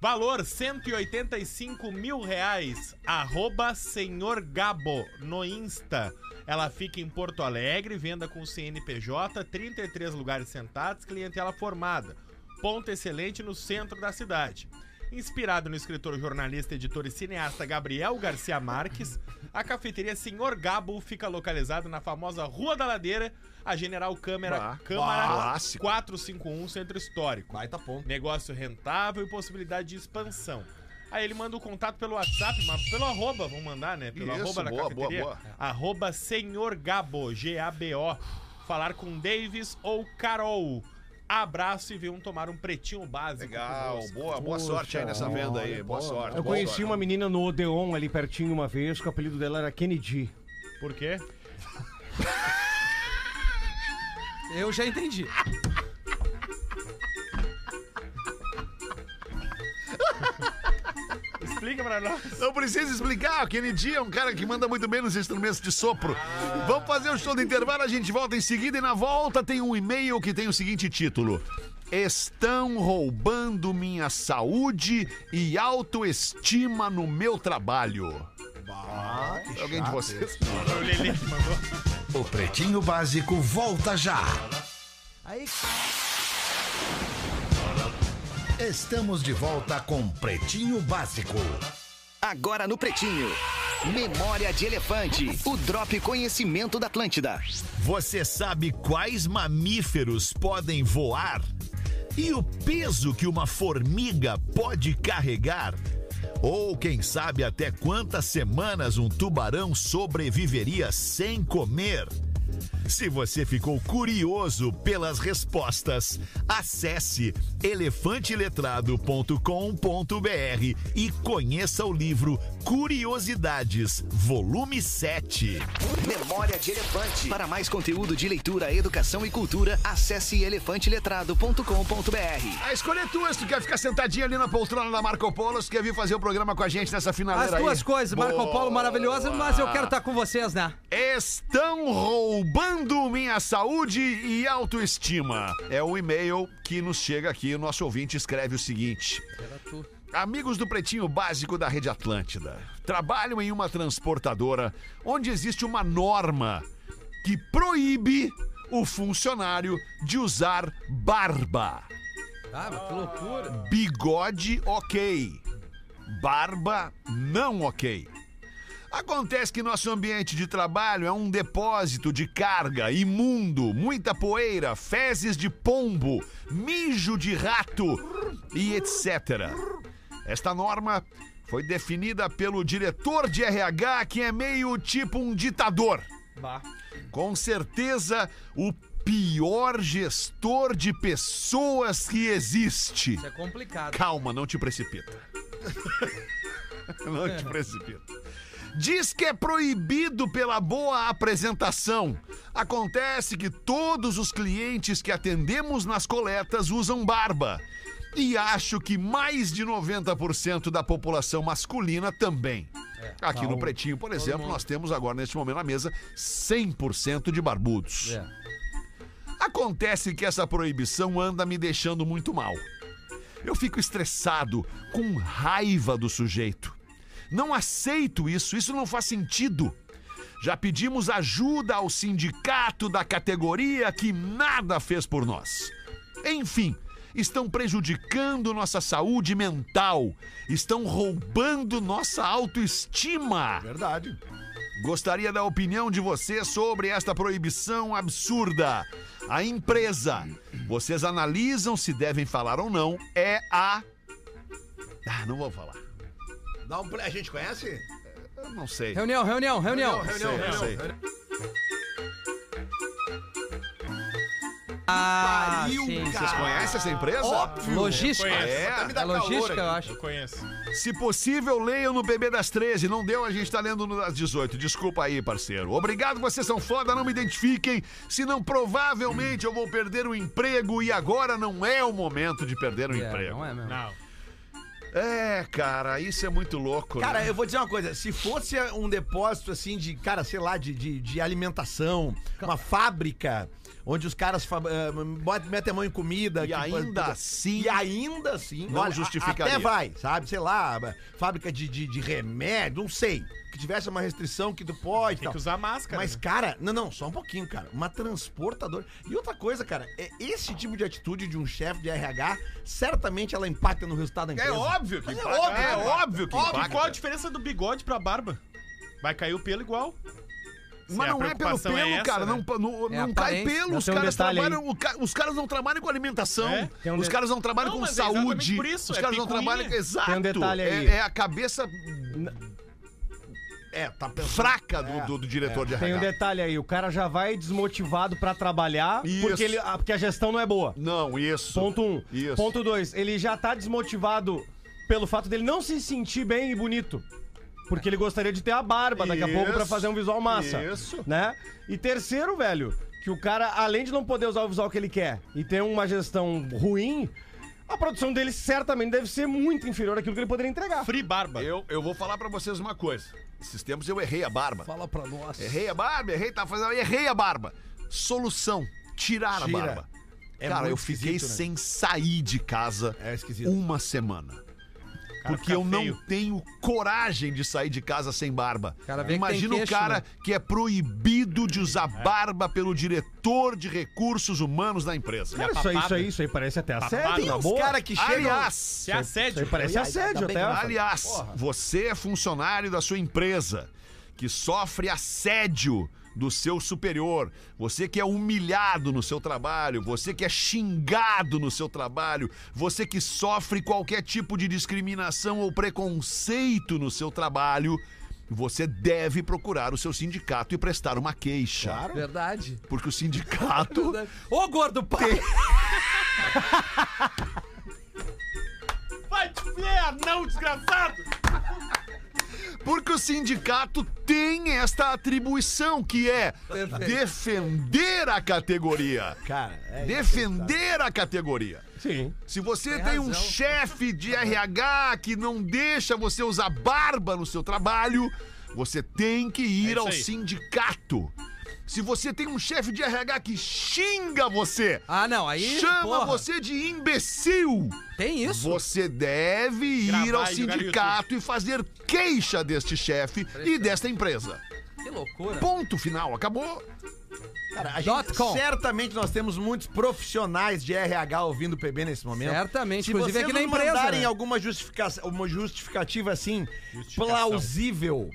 [SPEAKER 6] Valor 185 mil reais. Arroba Senhor Gabo no Insta. Ela fica em Porto Alegre, venda com CNPJ, 33 lugares sentados, clientela formada. Ponto excelente no centro da cidade. Inspirado no escritor, jornalista, editor e cineasta Gabriel Garcia Marques, a cafeteria Senhor Gabo fica localizada na famosa Rua da Ladeira, a General Câmara,
[SPEAKER 4] Bah,
[SPEAKER 6] Câmara
[SPEAKER 4] clássico.
[SPEAKER 6] 451, Centro Histórico.
[SPEAKER 9] Baita ponto.
[SPEAKER 6] Negócio rentável e possibilidade de expansão. Aí ele manda o contato pelo WhatsApp, mas pelo arroba, vão mandar, né? Pelo
[SPEAKER 4] Isso,
[SPEAKER 6] arroba da
[SPEAKER 4] boa,
[SPEAKER 6] cafeteria.
[SPEAKER 4] boa,
[SPEAKER 6] Arroba Senhor Gabo, G-A-B-O. Falar com Davis ou Carol. Abraço e venham tomar um pretinho básico.
[SPEAKER 4] Legal,
[SPEAKER 6] conosco.
[SPEAKER 4] boa, boa sorte aí nessa venda aí. um- Boa sorte.
[SPEAKER 7] Eu
[SPEAKER 4] boa
[SPEAKER 7] conheci
[SPEAKER 4] sorte.
[SPEAKER 7] uma menina no Odeon ali pertinho uma vez, que o apelido dela era Kennedy.
[SPEAKER 6] Por quê?
[SPEAKER 3] Eu já entendi.
[SPEAKER 6] Explica pra nós.
[SPEAKER 4] Não precisa explicar, aquele dia é um cara que manda muito bem nos instrumentos de sopro. Vamos fazer o show do intervalo, a gente volta em seguida e na volta tem um e-mail que tem o seguinte título. Estão roubando minha saúde e autoestima no meu trabalho. Alguém de vocês?
[SPEAKER 6] Foi o Lelê que mandou.
[SPEAKER 2] O Pretinho Básico volta já.
[SPEAKER 3] Aí,
[SPEAKER 2] Estamos de volta com Pretinho Básico.
[SPEAKER 11] Agora no Pretinho. Memória de Elefante. O Drop Conhecimento da Atlântida.
[SPEAKER 12] Você sabe quais mamíferos podem voar? E o peso que uma formiga pode carregar? Ou quem sabe até quantas semanas um tubarão sobreviveria sem comer? Se você ficou curioso pelas respostas, acesse elefanteletrado.com.br e conheça o livro Curiosidades, volume 7.
[SPEAKER 11] Memória de Elefante. Para mais conteúdo de leitura, educação e cultura, acesse elefanteletrado.com.br.
[SPEAKER 4] A escolha é tua, se tu quer ficar sentadinho ali na poltrona da Marco Polo, se quer vir fazer o programa com a gente nessa
[SPEAKER 3] as
[SPEAKER 4] finaleira
[SPEAKER 3] tá
[SPEAKER 4] aí.
[SPEAKER 3] duas coisas, Marco Polo maravilhosa, mas eu quero estar com vocês, né?
[SPEAKER 4] Estão roubando Curando minha saúde e autoestima. É o e-mail que nos chega aqui. O nosso ouvinte escreve o seguinte. Amigos do Pretinho Básico da Rede Atlântida, trabalham em uma transportadora onde existe uma norma que proíbe o funcionário de usar barba.
[SPEAKER 3] Ah, mas que loucura.
[SPEAKER 4] Bigode, ok. Barba, não ok. Acontece que nosso ambiente de trabalho é um depósito de carga, imundo, muita poeira, fezes de pombo, mijo de rato e etc. Esta norma foi definida pelo diretor de RH, que é meio tipo um ditador. Com certeza, o pior gestor de pessoas que existe.
[SPEAKER 3] Isso é complicado.
[SPEAKER 4] Calma, não te precipita. não te precipita. Diz que é proibido pela boa apresentação. Acontece que todos os clientes que atendemos nas coletas usam barba. E acho que mais de 90% da população masculina também. Aqui no Pretinho, por exemplo, nós temos agora, neste momento, na mesa, 100% de barbudos. Acontece que essa proibição anda me deixando muito mal. Eu fico estressado, com raiva do sujeito. Não aceito isso, isso não faz sentido. Já pedimos ajuda ao sindicato da categoria que nada fez por nós. Enfim, estão prejudicando nossa saúde mental, estão roubando nossa autoestima.
[SPEAKER 5] Verdade.
[SPEAKER 4] Gostaria da opinião de você sobre esta proibição absurda. A empresa, vocês analisam se devem falar ou não, é a. Ah, não vou falar.
[SPEAKER 5] Dá um play. A gente conhece?
[SPEAKER 4] Eu não sei.
[SPEAKER 3] Reunião, reunião, reunião.
[SPEAKER 4] Sei, eu sei.
[SPEAKER 3] Ah,
[SPEAKER 5] Pariu,
[SPEAKER 3] sim,
[SPEAKER 5] cara.
[SPEAKER 4] Vocês conhecem essa empresa?
[SPEAKER 5] Óbvio.
[SPEAKER 3] Logística.
[SPEAKER 6] Conheço.
[SPEAKER 4] É.
[SPEAKER 5] Até me dá
[SPEAKER 3] É
[SPEAKER 5] calor
[SPEAKER 3] logística, eu
[SPEAKER 5] aqui.
[SPEAKER 3] acho.
[SPEAKER 6] Eu conheço.
[SPEAKER 4] Se possível, leiam no BB das 13. Não deu, a gente tá lendo no das 18. Desculpa aí, parceiro. Obrigado, vocês são foda, não me identifiquem. Senão, provavelmente, eu vou perder o emprego e agora não é o momento de perder o
[SPEAKER 3] É,
[SPEAKER 4] emprego.
[SPEAKER 3] não é mesmo?
[SPEAKER 6] Não.
[SPEAKER 4] É, cara, isso é muito louco,
[SPEAKER 5] Cara,
[SPEAKER 4] né?
[SPEAKER 5] eu vou dizer uma coisa. Se fosse um depósito, assim, de, cara, sei lá, de, de, de alimentação, uma fábrica, onde os caras fa- eh, botam- metem a mão em comida.
[SPEAKER 4] E ainda assim-
[SPEAKER 5] E ainda assim...
[SPEAKER 4] Não justificaria.
[SPEAKER 5] Até vai, sabe? Sei lá, fábrica de, de, de remédio, não sei. Que tivesse uma restrição que tu pode e
[SPEAKER 6] Tem
[SPEAKER 5] tal.
[SPEAKER 4] Então,
[SPEAKER 6] que usar máscara.
[SPEAKER 5] Mas,
[SPEAKER 6] né?
[SPEAKER 5] cara, não, não, só um pouquinho, cara. Uma transportadora. E outra coisa, cara, é esse tipo de atitude de um chefe de RH, certamente ela impacta no resultado da empresa.
[SPEAKER 4] óbvio
[SPEAKER 5] Mas é
[SPEAKER 4] impacta,
[SPEAKER 5] óbvio,
[SPEAKER 4] É
[SPEAKER 5] cara.
[SPEAKER 4] óbvio que
[SPEAKER 6] Óbvio,
[SPEAKER 4] impacta.
[SPEAKER 6] qual a diferença do bigode pra barba? Vai cair o pelo igual. Se
[SPEAKER 4] Mas
[SPEAKER 6] a
[SPEAKER 4] não é pelo
[SPEAKER 6] preocupação
[SPEAKER 4] pelo,
[SPEAKER 6] essa,
[SPEAKER 4] cara.
[SPEAKER 6] né?
[SPEAKER 4] Não, não,
[SPEAKER 3] É
[SPEAKER 4] não cai
[SPEAKER 3] aparência.
[SPEAKER 4] pelo.
[SPEAKER 7] Nós
[SPEAKER 4] Os
[SPEAKER 7] temos um
[SPEAKER 4] caras,
[SPEAKER 7] detalhe aí.
[SPEAKER 4] trabalham, o ca- os caras não trabalham com alimentação.
[SPEAKER 6] É?
[SPEAKER 7] Tem um
[SPEAKER 4] os
[SPEAKER 7] de-
[SPEAKER 4] caras não trabalham
[SPEAKER 6] Não,
[SPEAKER 4] com
[SPEAKER 6] mas é exatamente
[SPEAKER 4] saúde.
[SPEAKER 6] por isso,
[SPEAKER 4] os
[SPEAKER 6] é
[SPEAKER 4] caras não
[SPEAKER 6] picuinha.
[SPEAKER 4] trabalham. Exato.
[SPEAKER 7] Tem um detalhe
[SPEAKER 4] É-
[SPEAKER 7] aí.
[SPEAKER 4] É, a cabeça
[SPEAKER 5] É, tá pensando.
[SPEAKER 4] fraca do, do- do diretor de
[SPEAKER 7] Tem
[SPEAKER 4] RH.
[SPEAKER 7] um detalhe aí, o cara já vai desmotivado pra trabalhar
[SPEAKER 4] Isso.
[SPEAKER 7] porque, ele, ah, porque a gestão não é boa.
[SPEAKER 4] Não, isso.
[SPEAKER 7] Ponto um.
[SPEAKER 4] Isso.
[SPEAKER 7] Ponto dois, ele já tá desmotivado pelo fato dele não se sentir bem e bonito. Porque ele gostaria de ter a barba daqui a pouco pra
[SPEAKER 4] Isso,
[SPEAKER 7] fazer um visual massa.
[SPEAKER 4] isso.
[SPEAKER 7] Né? E terceiro, velho, que o cara, além de não poder usar o visual que ele quer e ter uma gestão ruim, a produção dele certamente deve ser muito inferior àquilo que ele poderia entregar.
[SPEAKER 6] Free barba.
[SPEAKER 4] Eu, eu vou falar pra vocês uma coisa. Esses tempos eu errei a barba.
[SPEAKER 3] Fala pra nós.
[SPEAKER 4] Errei a barba, errei, tá fazendo. Errei a barba. Solução: tirar
[SPEAKER 5] Tira.
[SPEAKER 4] a barba.
[SPEAKER 5] É
[SPEAKER 4] cara,
[SPEAKER 5] muito
[SPEAKER 4] eu fiquei
[SPEAKER 5] esquisito, né?
[SPEAKER 4] sem sair de casa
[SPEAKER 5] É esquisito.
[SPEAKER 4] uma semana. porque
[SPEAKER 6] fica
[SPEAKER 4] eu não
[SPEAKER 6] feio.
[SPEAKER 4] tenho coragem de sair de casa sem barba.
[SPEAKER 3] Cara, vê que
[SPEAKER 4] Imagina
[SPEAKER 3] tem
[SPEAKER 4] o
[SPEAKER 3] queixo,
[SPEAKER 4] cara
[SPEAKER 3] né?
[SPEAKER 4] que é proibido de usar barba pelo diretor de recursos humanos da empresa.
[SPEAKER 7] Cara, isso aí, isso aí, isso aí parece até assédio,
[SPEAKER 6] Papada.
[SPEAKER 7] na
[SPEAKER 6] Os
[SPEAKER 7] boa.
[SPEAKER 5] Cara que chega.
[SPEAKER 4] Aliás,
[SPEAKER 6] Se é
[SPEAKER 7] Isso aí
[SPEAKER 6] assédio.
[SPEAKER 7] parece assédio até.
[SPEAKER 4] Aliás, você é funcionário da sua empresa que sofre assédio do seu superior, você que é humilhado no seu trabalho, você que é xingado no seu trabalho, você que sofre qualquer tipo de discriminação ou preconceito no seu trabalho, você deve procurar o seu sindicato e prestar uma queixa.
[SPEAKER 3] é Verdade.
[SPEAKER 4] Porque o sindicato
[SPEAKER 5] Né?
[SPEAKER 3] Verdade. Ô, gordo, pai!
[SPEAKER 6] Vai te ver, anão desgraçado!
[SPEAKER 4] Porque o sindicato tem esta atribuição que é
[SPEAKER 3] Perfeito.
[SPEAKER 4] defender a categoria.
[SPEAKER 5] Cara, é
[SPEAKER 4] Defender a categoria.
[SPEAKER 7] Sim.
[SPEAKER 4] Se você tem,
[SPEAKER 3] Tem
[SPEAKER 4] um
[SPEAKER 3] razão.
[SPEAKER 4] chefe de RH que não deixa você usar barba no seu trabalho, você tem que ir
[SPEAKER 6] É isso
[SPEAKER 4] ao
[SPEAKER 6] aí.
[SPEAKER 4] sindicato. Se você tem um chefe de RH que xinga você,
[SPEAKER 3] Ah, não, aí.
[SPEAKER 4] chama
[SPEAKER 3] porra,
[SPEAKER 4] você de imbecil,
[SPEAKER 3] Tem isso?
[SPEAKER 4] você deve ir
[SPEAKER 6] Gravar
[SPEAKER 4] ao
[SPEAKER 6] e jogar no
[SPEAKER 4] sindicato e fazer queixa deste chefe e desta empresa.
[SPEAKER 3] Que loucura.
[SPEAKER 4] Ponto final, acabou.
[SPEAKER 5] Cara, a
[SPEAKER 3] Dot
[SPEAKER 5] gente,
[SPEAKER 3] com.
[SPEAKER 5] certamente nós temos muitos profissionais de RH ouvindo o PB nesse momento.
[SPEAKER 3] Certamente,
[SPEAKER 5] é um- Se
[SPEAKER 3] inclusive
[SPEAKER 5] vocês
[SPEAKER 3] aqui na
[SPEAKER 5] nos
[SPEAKER 3] empresa,
[SPEAKER 5] mandarem
[SPEAKER 3] né?
[SPEAKER 5] alguma justificação, uma justificativa assim
[SPEAKER 6] Justificação.
[SPEAKER 5] plausível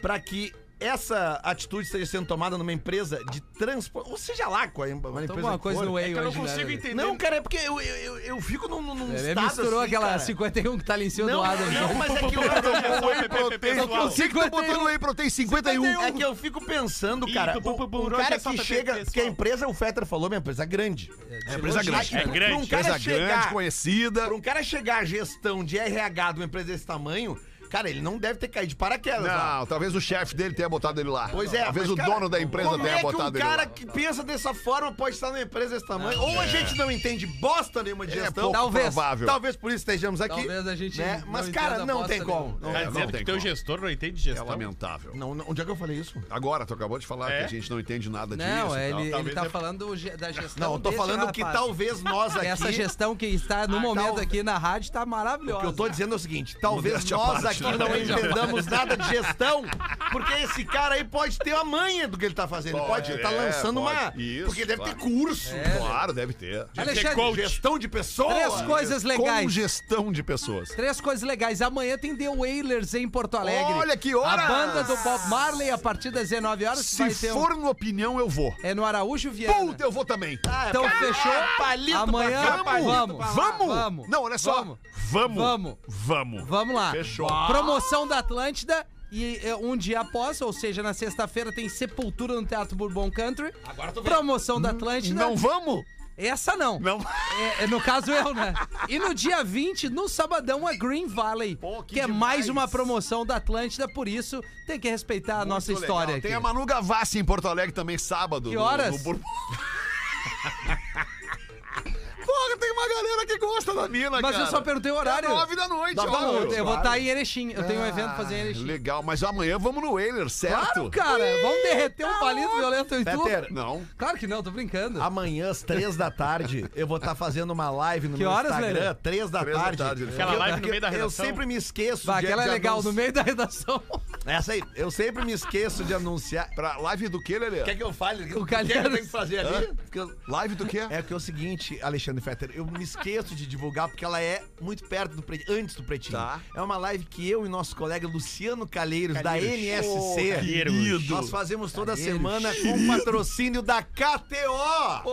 [SPEAKER 5] para que essa atitude esteja sendo tomada numa empresa de transporte, ou seja lá qual é uma empresa
[SPEAKER 3] alguma
[SPEAKER 5] que
[SPEAKER 3] coisa
[SPEAKER 5] for.
[SPEAKER 3] no Way
[SPEAKER 6] É que eu não
[SPEAKER 3] hoje, né,
[SPEAKER 6] consigo
[SPEAKER 3] velho?
[SPEAKER 6] entender.
[SPEAKER 5] Não, cara, é porque eu, eu, eu, eu fico num, num num
[SPEAKER 3] Ele
[SPEAKER 5] estado
[SPEAKER 3] misturou
[SPEAKER 5] assim,
[SPEAKER 3] aquela
[SPEAKER 5] cara.
[SPEAKER 3] 51 que tá ali em cima do
[SPEAKER 5] Não,
[SPEAKER 3] Adam.
[SPEAKER 5] não, mas é que eu,
[SPEAKER 6] Só o PPP,
[SPEAKER 3] Eu
[SPEAKER 6] pessoal.
[SPEAKER 3] consigo
[SPEAKER 4] Tô
[SPEAKER 5] um.
[SPEAKER 4] botando aí protein 51.
[SPEAKER 5] É que eu fico pensando,
[SPEAKER 6] Ih,
[SPEAKER 5] cara,
[SPEAKER 6] tu,
[SPEAKER 5] o,
[SPEAKER 6] pu, pu,
[SPEAKER 5] um
[SPEAKER 6] hoje
[SPEAKER 5] cara
[SPEAKER 6] é só
[SPEAKER 5] que
[SPEAKER 6] pra ter
[SPEAKER 5] chega,
[SPEAKER 6] pessoal.
[SPEAKER 5] que a empresa, o Fetter falou, é uma empresa grande.
[SPEAKER 4] É empresa grande.
[SPEAKER 5] Pra- pra
[SPEAKER 6] grande.
[SPEAKER 5] um cara
[SPEAKER 4] Empresa grande,
[SPEAKER 5] chegar,
[SPEAKER 4] conhecida.
[SPEAKER 5] pra um cara chegar à gestão de RH de uma empresa desse tamanho, cara, ele não deve ter caído de paraquedas. ó.
[SPEAKER 4] Não, talvez o chefe dele tenha botado ele lá.
[SPEAKER 5] Pois é.
[SPEAKER 4] Talvez
[SPEAKER 5] mas,
[SPEAKER 4] o
[SPEAKER 5] cara,
[SPEAKER 4] dono da empresa
[SPEAKER 5] como é
[SPEAKER 4] tenha
[SPEAKER 5] que
[SPEAKER 4] botado
[SPEAKER 5] um
[SPEAKER 4] ele
[SPEAKER 5] cara
[SPEAKER 4] lá.
[SPEAKER 5] que pensa dessa forma pode estar numa empresa desse tamanho? Ou a gente não entende bosta nenhuma de
[SPEAKER 4] É
[SPEAKER 5] gestão.
[SPEAKER 4] pouco
[SPEAKER 3] Talvez.
[SPEAKER 4] provável.
[SPEAKER 5] Talvez por isso estejamos aqui.
[SPEAKER 3] Talvez a gente
[SPEAKER 5] né?
[SPEAKER 3] não
[SPEAKER 5] Mas,
[SPEAKER 3] entenda
[SPEAKER 5] cara, não
[SPEAKER 3] bosta
[SPEAKER 5] tem como.
[SPEAKER 3] nenhuma.
[SPEAKER 5] Não,
[SPEAKER 6] Tá
[SPEAKER 4] não
[SPEAKER 6] dizendo
[SPEAKER 4] tem
[SPEAKER 6] que teu
[SPEAKER 4] como.
[SPEAKER 6] gestor não entende
[SPEAKER 4] É
[SPEAKER 6] gestão.
[SPEAKER 4] lamentável.
[SPEAKER 5] Não, não, onde é que eu falei isso?
[SPEAKER 4] Agora, tu acabou de falar
[SPEAKER 6] É?
[SPEAKER 4] que a gente não entende nada disso.
[SPEAKER 3] Não,
[SPEAKER 4] e tal.
[SPEAKER 3] ele, ele
[SPEAKER 6] Talvez
[SPEAKER 3] tá
[SPEAKER 6] é-
[SPEAKER 3] falando ge- da gestão.
[SPEAKER 5] Não, eu tô
[SPEAKER 3] desse
[SPEAKER 5] falando que
[SPEAKER 3] rapaz.
[SPEAKER 5] talvez nós aqui.
[SPEAKER 3] Essa gestão que está no
[SPEAKER 5] Ah,
[SPEAKER 3] momento
[SPEAKER 5] talvez.
[SPEAKER 3] aqui na rádio tá
[SPEAKER 5] O
[SPEAKER 3] maravilhosa.
[SPEAKER 5] que eu tô dizendo é o seguinte, talvez
[SPEAKER 4] Modéstia à
[SPEAKER 5] nós
[SPEAKER 4] parte,
[SPEAKER 5] aqui
[SPEAKER 4] né?
[SPEAKER 5] não
[SPEAKER 4] Modéstia à
[SPEAKER 5] entendamos nada de gestão, porque esse cara aí pode ter a manha do que ele tá fazendo. Ele pode
[SPEAKER 4] Pode,
[SPEAKER 5] estar
[SPEAKER 4] é,
[SPEAKER 5] lançando uma.
[SPEAKER 4] pode. Isso,
[SPEAKER 5] porque deve
[SPEAKER 4] claro.
[SPEAKER 5] ter curso.
[SPEAKER 4] Claro, deve ter.
[SPEAKER 5] é
[SPEAKER 3] Alexandre,
[SPEAKER 5] Gestão de pessoas.
[SPEAKER 3] três coisas
[SPEAKER 4] Com
[SPEAKER 3] legais.
[SPEAKER 4] gestão de pessoas.
[SPEAKER 3] Três coisas legais. Amanhã tem The Wailers em Porto Alegre.
[SPEAKER 4] Olha que horas!
[SPEAKER 3] A banda do Bob Marley a partir das 19 horas
[SPEAKER 4] Se
[SPEAKER 3] vai ter um-
[SPEAKER 4] for no opinião, eu vou.
[SPEAKER 3] É no Araújo Viana.
[SPEAKER 4] Puta, eu vou também.
[SPEAKER 3] Então fechou.
[SPEAKER 5] palito
[SPEAKER 3] Amanhã
[SPEAKER 5] pra cá, palito
[SPEAKER 3] vamos.
[SPEAKER 5] pra lá.
[SPEAKER 4] Vamos!
[SPEAKER 3] Vamos.
[SPEAKER 4] Não, olha só.
[SPEAKER 3] Vamos.
[SPEAKER 4] Vamos.
[SPEAKER 3] Vamos.
[SPEAKER 4] Vamos.
[SPEAKER 3] Vamos lá.
[SPEAKER 4] Fechou.
[SPEAKER 3] Promoção da Atlântida. E é, um dia após, ou seja, na sexta-feira, tem Sepultura no Teatro Bourbon Country. Agora tô Promoção da Atlântida.
[SPEAKER 4] Não vamos?
[SPEAKER 3] Essa não.
[SPEAKER 4] Não.
[SPEAKER 3] É, é, no caso eu, né? E no dia 20, no sabadão, a Green Valley. que, é mais uma promoção da Atlântida, por isso tem que respeitar a nossa
[SPEAKER 4] Muito
[SPEAKER 3] história
[SPEAKER 4] legal.
[SPEAKER 3] aqui.
[SPEAKER 4] Tem a Manu Gavassi em Porto Alegre também, sábado.
[SPEAKER 3] Que
[SPEAKER 4] no-
[SPEAKER 3] horas?
[SPEAKER 4] no Bourbon. Porra, tem uma galera que gosta da mina,
[SPEAKER 3] Mas
[SPEAKER 4] cara.
[SPEAKER 3] eu só perguntei o horário.
[SPEAKER 4] É nove da noite,
[SPEAKER 3] Não,
[SPEAKER 4] ó.
[SPEAKER 3] eu, vou estar em Erechim. Eu tenho um evento pra fazer em Erechim.
[SPEAKER 4] Legal, mas amanhã vamos no Whaler, certo?
[SPEAKER 3] Claro, cara. Vamos derreter
[SPEAKER 4] Tá
[SPEAKER 3] um palito violento em tu?
[SPEAKER 5] Peter,
[SPEAKER 4] Não.
[SPEAKER 3] Claro que não, tô brincando.
[SPEAKER 4] Ah,
[SPEAKER 5] Amanhã, às três da tarde, eu vou estar fazendo uma live no
[SPEAKER 3] Que
[SPEAKER 5] meu
[SPEAKER 3] horas,
[SPEAKER 5] Instagram.
[SPEAKER 3] Lelê?
[SPEAKER 5] Três da
[SPEAKER 4] Três da
[SPEAKER 5] tarde.
[SPEAKER 4] tarde, né? ele
[SPEAKER 5] Eu-
[SPEAKER 6] Aquela live no meio da
[SPEAKER 5] Eu
[SPEAKER 6] redação.
[SPEAKER 5] sempre me esqueço.
[SPEAKER 3] Bah,
[SPEAKER 5] de-
[SPEAKER 3] aquela é
[SPEAKER 5] de
[SPEAKER 3] legal,
[SPEAKER 5] anun-
[SPEAKER 3] no meio da redação.
[SPEAKER 5] Essa aí. Eu sempre me esqueço de anunciar.
[SPEAKER 4] Pra live do que, Lelê?
[SPEAKER 5] Quer que eu fale?
[SPEAKER 3] O
[SPEAKER 5] que é que eu
[SPEAKER 3] Calheiros.
[SPEAKER 5] tenho que fazer ali? Porque eu-
[SPEAKER 4] Live do que?
[SPEAKER 5] É que é o seguinte, Alexandre Fetter, eu me esqueço de divulgar porque ela é muito perto do pretinho, antes do pretinho.
[SPEAKER 4] Tá.
[SPEAKER 5] É uma live que eu e nosso colega Luciano Calheiros, da NSC,
[SPEAKER 6] Calheiros.
[SPEAKER 5] nós fazemos toda semana com o patrocínio da KTO.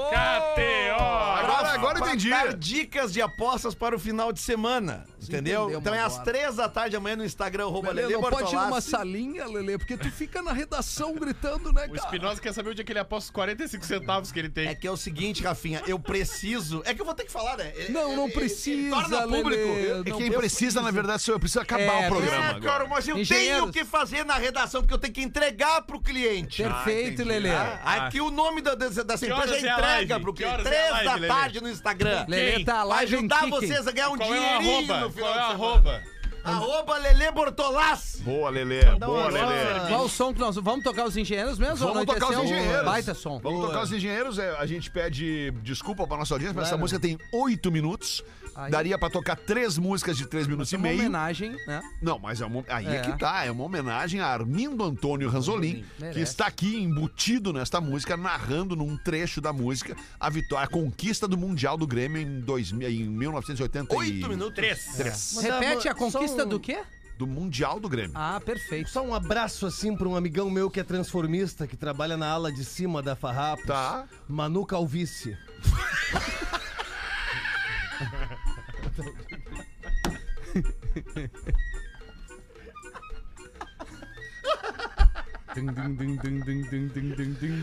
[SPEAKER 6] KTO!
[SPEAKER 4] Agora, agora eu
[SPEAKER 5] Pra
[SPEAKER 4] entendi.
[SPEAKER 5] dar dicas de apostas para o final de semana. Entendeu?
[SPEAKER 3] entendemos
[SPEAKER 5] Então é às
[SPEAKER 3] agora.
[SPEAKER 5] três da tarde amanhã no Instagram, arroba
[SPEAKER 3] Lelê,
[SPEAKER 5] Lelê
[SPEAKER 3] não pode assim. ir numa
[SPEAKER 5] Bortolassi.
[SPEAKER 3] salinha, Lelê, porque tu fica na redação gritando, né,
[SPEAKER 6] O
[SPEAKER 3] cara?
[SPEAKER 6] Espinosa quer saber onde é que ele aposta os 45 centavos que ele tem.
[SPEAKER 5] É que é o seguinte, Rafinha, eu preciso. É que eu vou ter que falar, né? Ele-
[SPEAKER 3] Não,
[SPEAKER 5] ele-
[SPEAKER 3] não
[SPEAKER 5] ele-
[SPEAKER 3] precisa,
[SPEAKER 5] torna público.
[SPEAKER 3] Lelê,
[SPEAKER 4] É
[SPEAKER 3] não
[SPEAKER 4] quem precisa, na verdade, sou eu. Preciso acabar
[SPEAKER 3] É,
[SPEAKER 4] o programa
[SPEAKER 5] É,
[SPEAKER 4] agora.
[SPEAKER 5] cara, mas eu tenho
[SPEAKER 3] Engenheiros.
[SPEAKER 5] que fazer na redação, porque eu tenho que entregar pro cliente.
[SPEAKER 3] Perfeito, Lelê.
[SPEAKER 5] Ah, Aqui o nome da, dessa, dessa
[SPEAKER 6] Que
[SPEAKER 5] empresa
[SPEAKER 6] horas
[SPEAKER 5] é
[SPEAKER 6] é a
[SPEAKER 5] entrega
[SPEAKER 6] live?
[SPEAKER 5] pro
[SPEAKER 6] Que
[SPEAKER 5] cliente.
[SPEAKER 6] horas é
[SPEAKER 5] Três
[SPEAKER 6] a live,
[SPEAKER 5] da
[SPEAKER 6] Lelê?
[SPEAKER 5] tarde no Instagram.
[SPEAKER 3] Lelê
[SPEAKER 6] Quem?
[SPEAKER 3] tá
[SPEAKER 5] Vai
[SPEAKER 3] lá,
[SPEAKER 5] ajudar vocês a ganhar um
[SPEAKER 6] Qual é o
[SPEAKER 5] dinheirinho no final
[SPEAKER 6] arroba? Qual é o
[SPEAKER 5] de semana.
[SPEAKER 6] arroba?
[SPEAKER 5] Arroba Lelê Bortolassi.
[SPEAKER 4] Boa, Lelê.
[SPEAKER 3] Tá
[SPEAKER 4] Boa, Lelê.
[SPEAKER 3] Qual o som que nós vamos tocar os engenheiros mesmo? ou
[SPEAKER 4] Vamos tocar os
[SPEAKER 3] anoiteceu?
[SPEAKER 4] engenheiros.
[SPEAKER 3] é um Baita som.
[SPEAKER 4] Vamos tocar os engenheiros. é, A gente pede desculpa pra nossa audiência, mas essa
[SPEAKER 3] Claro.
[SPEAKER 4] música tem oito minutos.
[SPEAKER 3] Aí.
[SPEAKER 4] Daria pra tocar três músicas de três minutos
[SPEAKER 3] É
[SPEAKER 4] e
[SPEAKER 3] uma
[SPEAKER 4] meio.
[SPEAKER 3] homenagem, né?
[SPEAKER 4] Não, mas é uma- aí é.
[SPEAKER 3] É.
[SPEAKER 4] que tá. É uma homenagem a Armindo Antônio Ranzolin, que
[SPEAKER 3] Merece.
[SPEAKER 4] está aqui embutido nesta música, narrando num trecho da música a vitória, a conquista do Mundial do Grêmio em, 2000 em 1980.
[SPEAKER 5] Oito minutos.
[SPEAKER 6] Três.
[SPEAKER 4] Três.
[SPEAKER 3] Repete a conquista
[SPEAKER 7] um-
[SPEAKER 3] do quê?
[SPEAKER 4] Do Mundial do Grêmio.
[SPEAKER 3] Ah, perfeito.
[SPEAKER 7] Só um abraço assim pra um amigão meu que é transformista, que trabalha na ala de cima da Farrapos.
[SPEAKER 4] Tá.
[SPEAKER 7] Manu Calvície.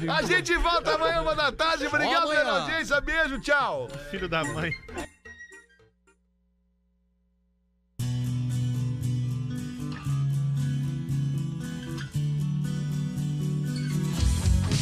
[SPEAKER 4] A gente volta amanhã, uma da tarde. Obrigado
[SPEAKER 3] Amanhã.
[SPEAKER 4] pela audiência. Beijo, tchau.
[SPEAKER 6] Filho da mãe.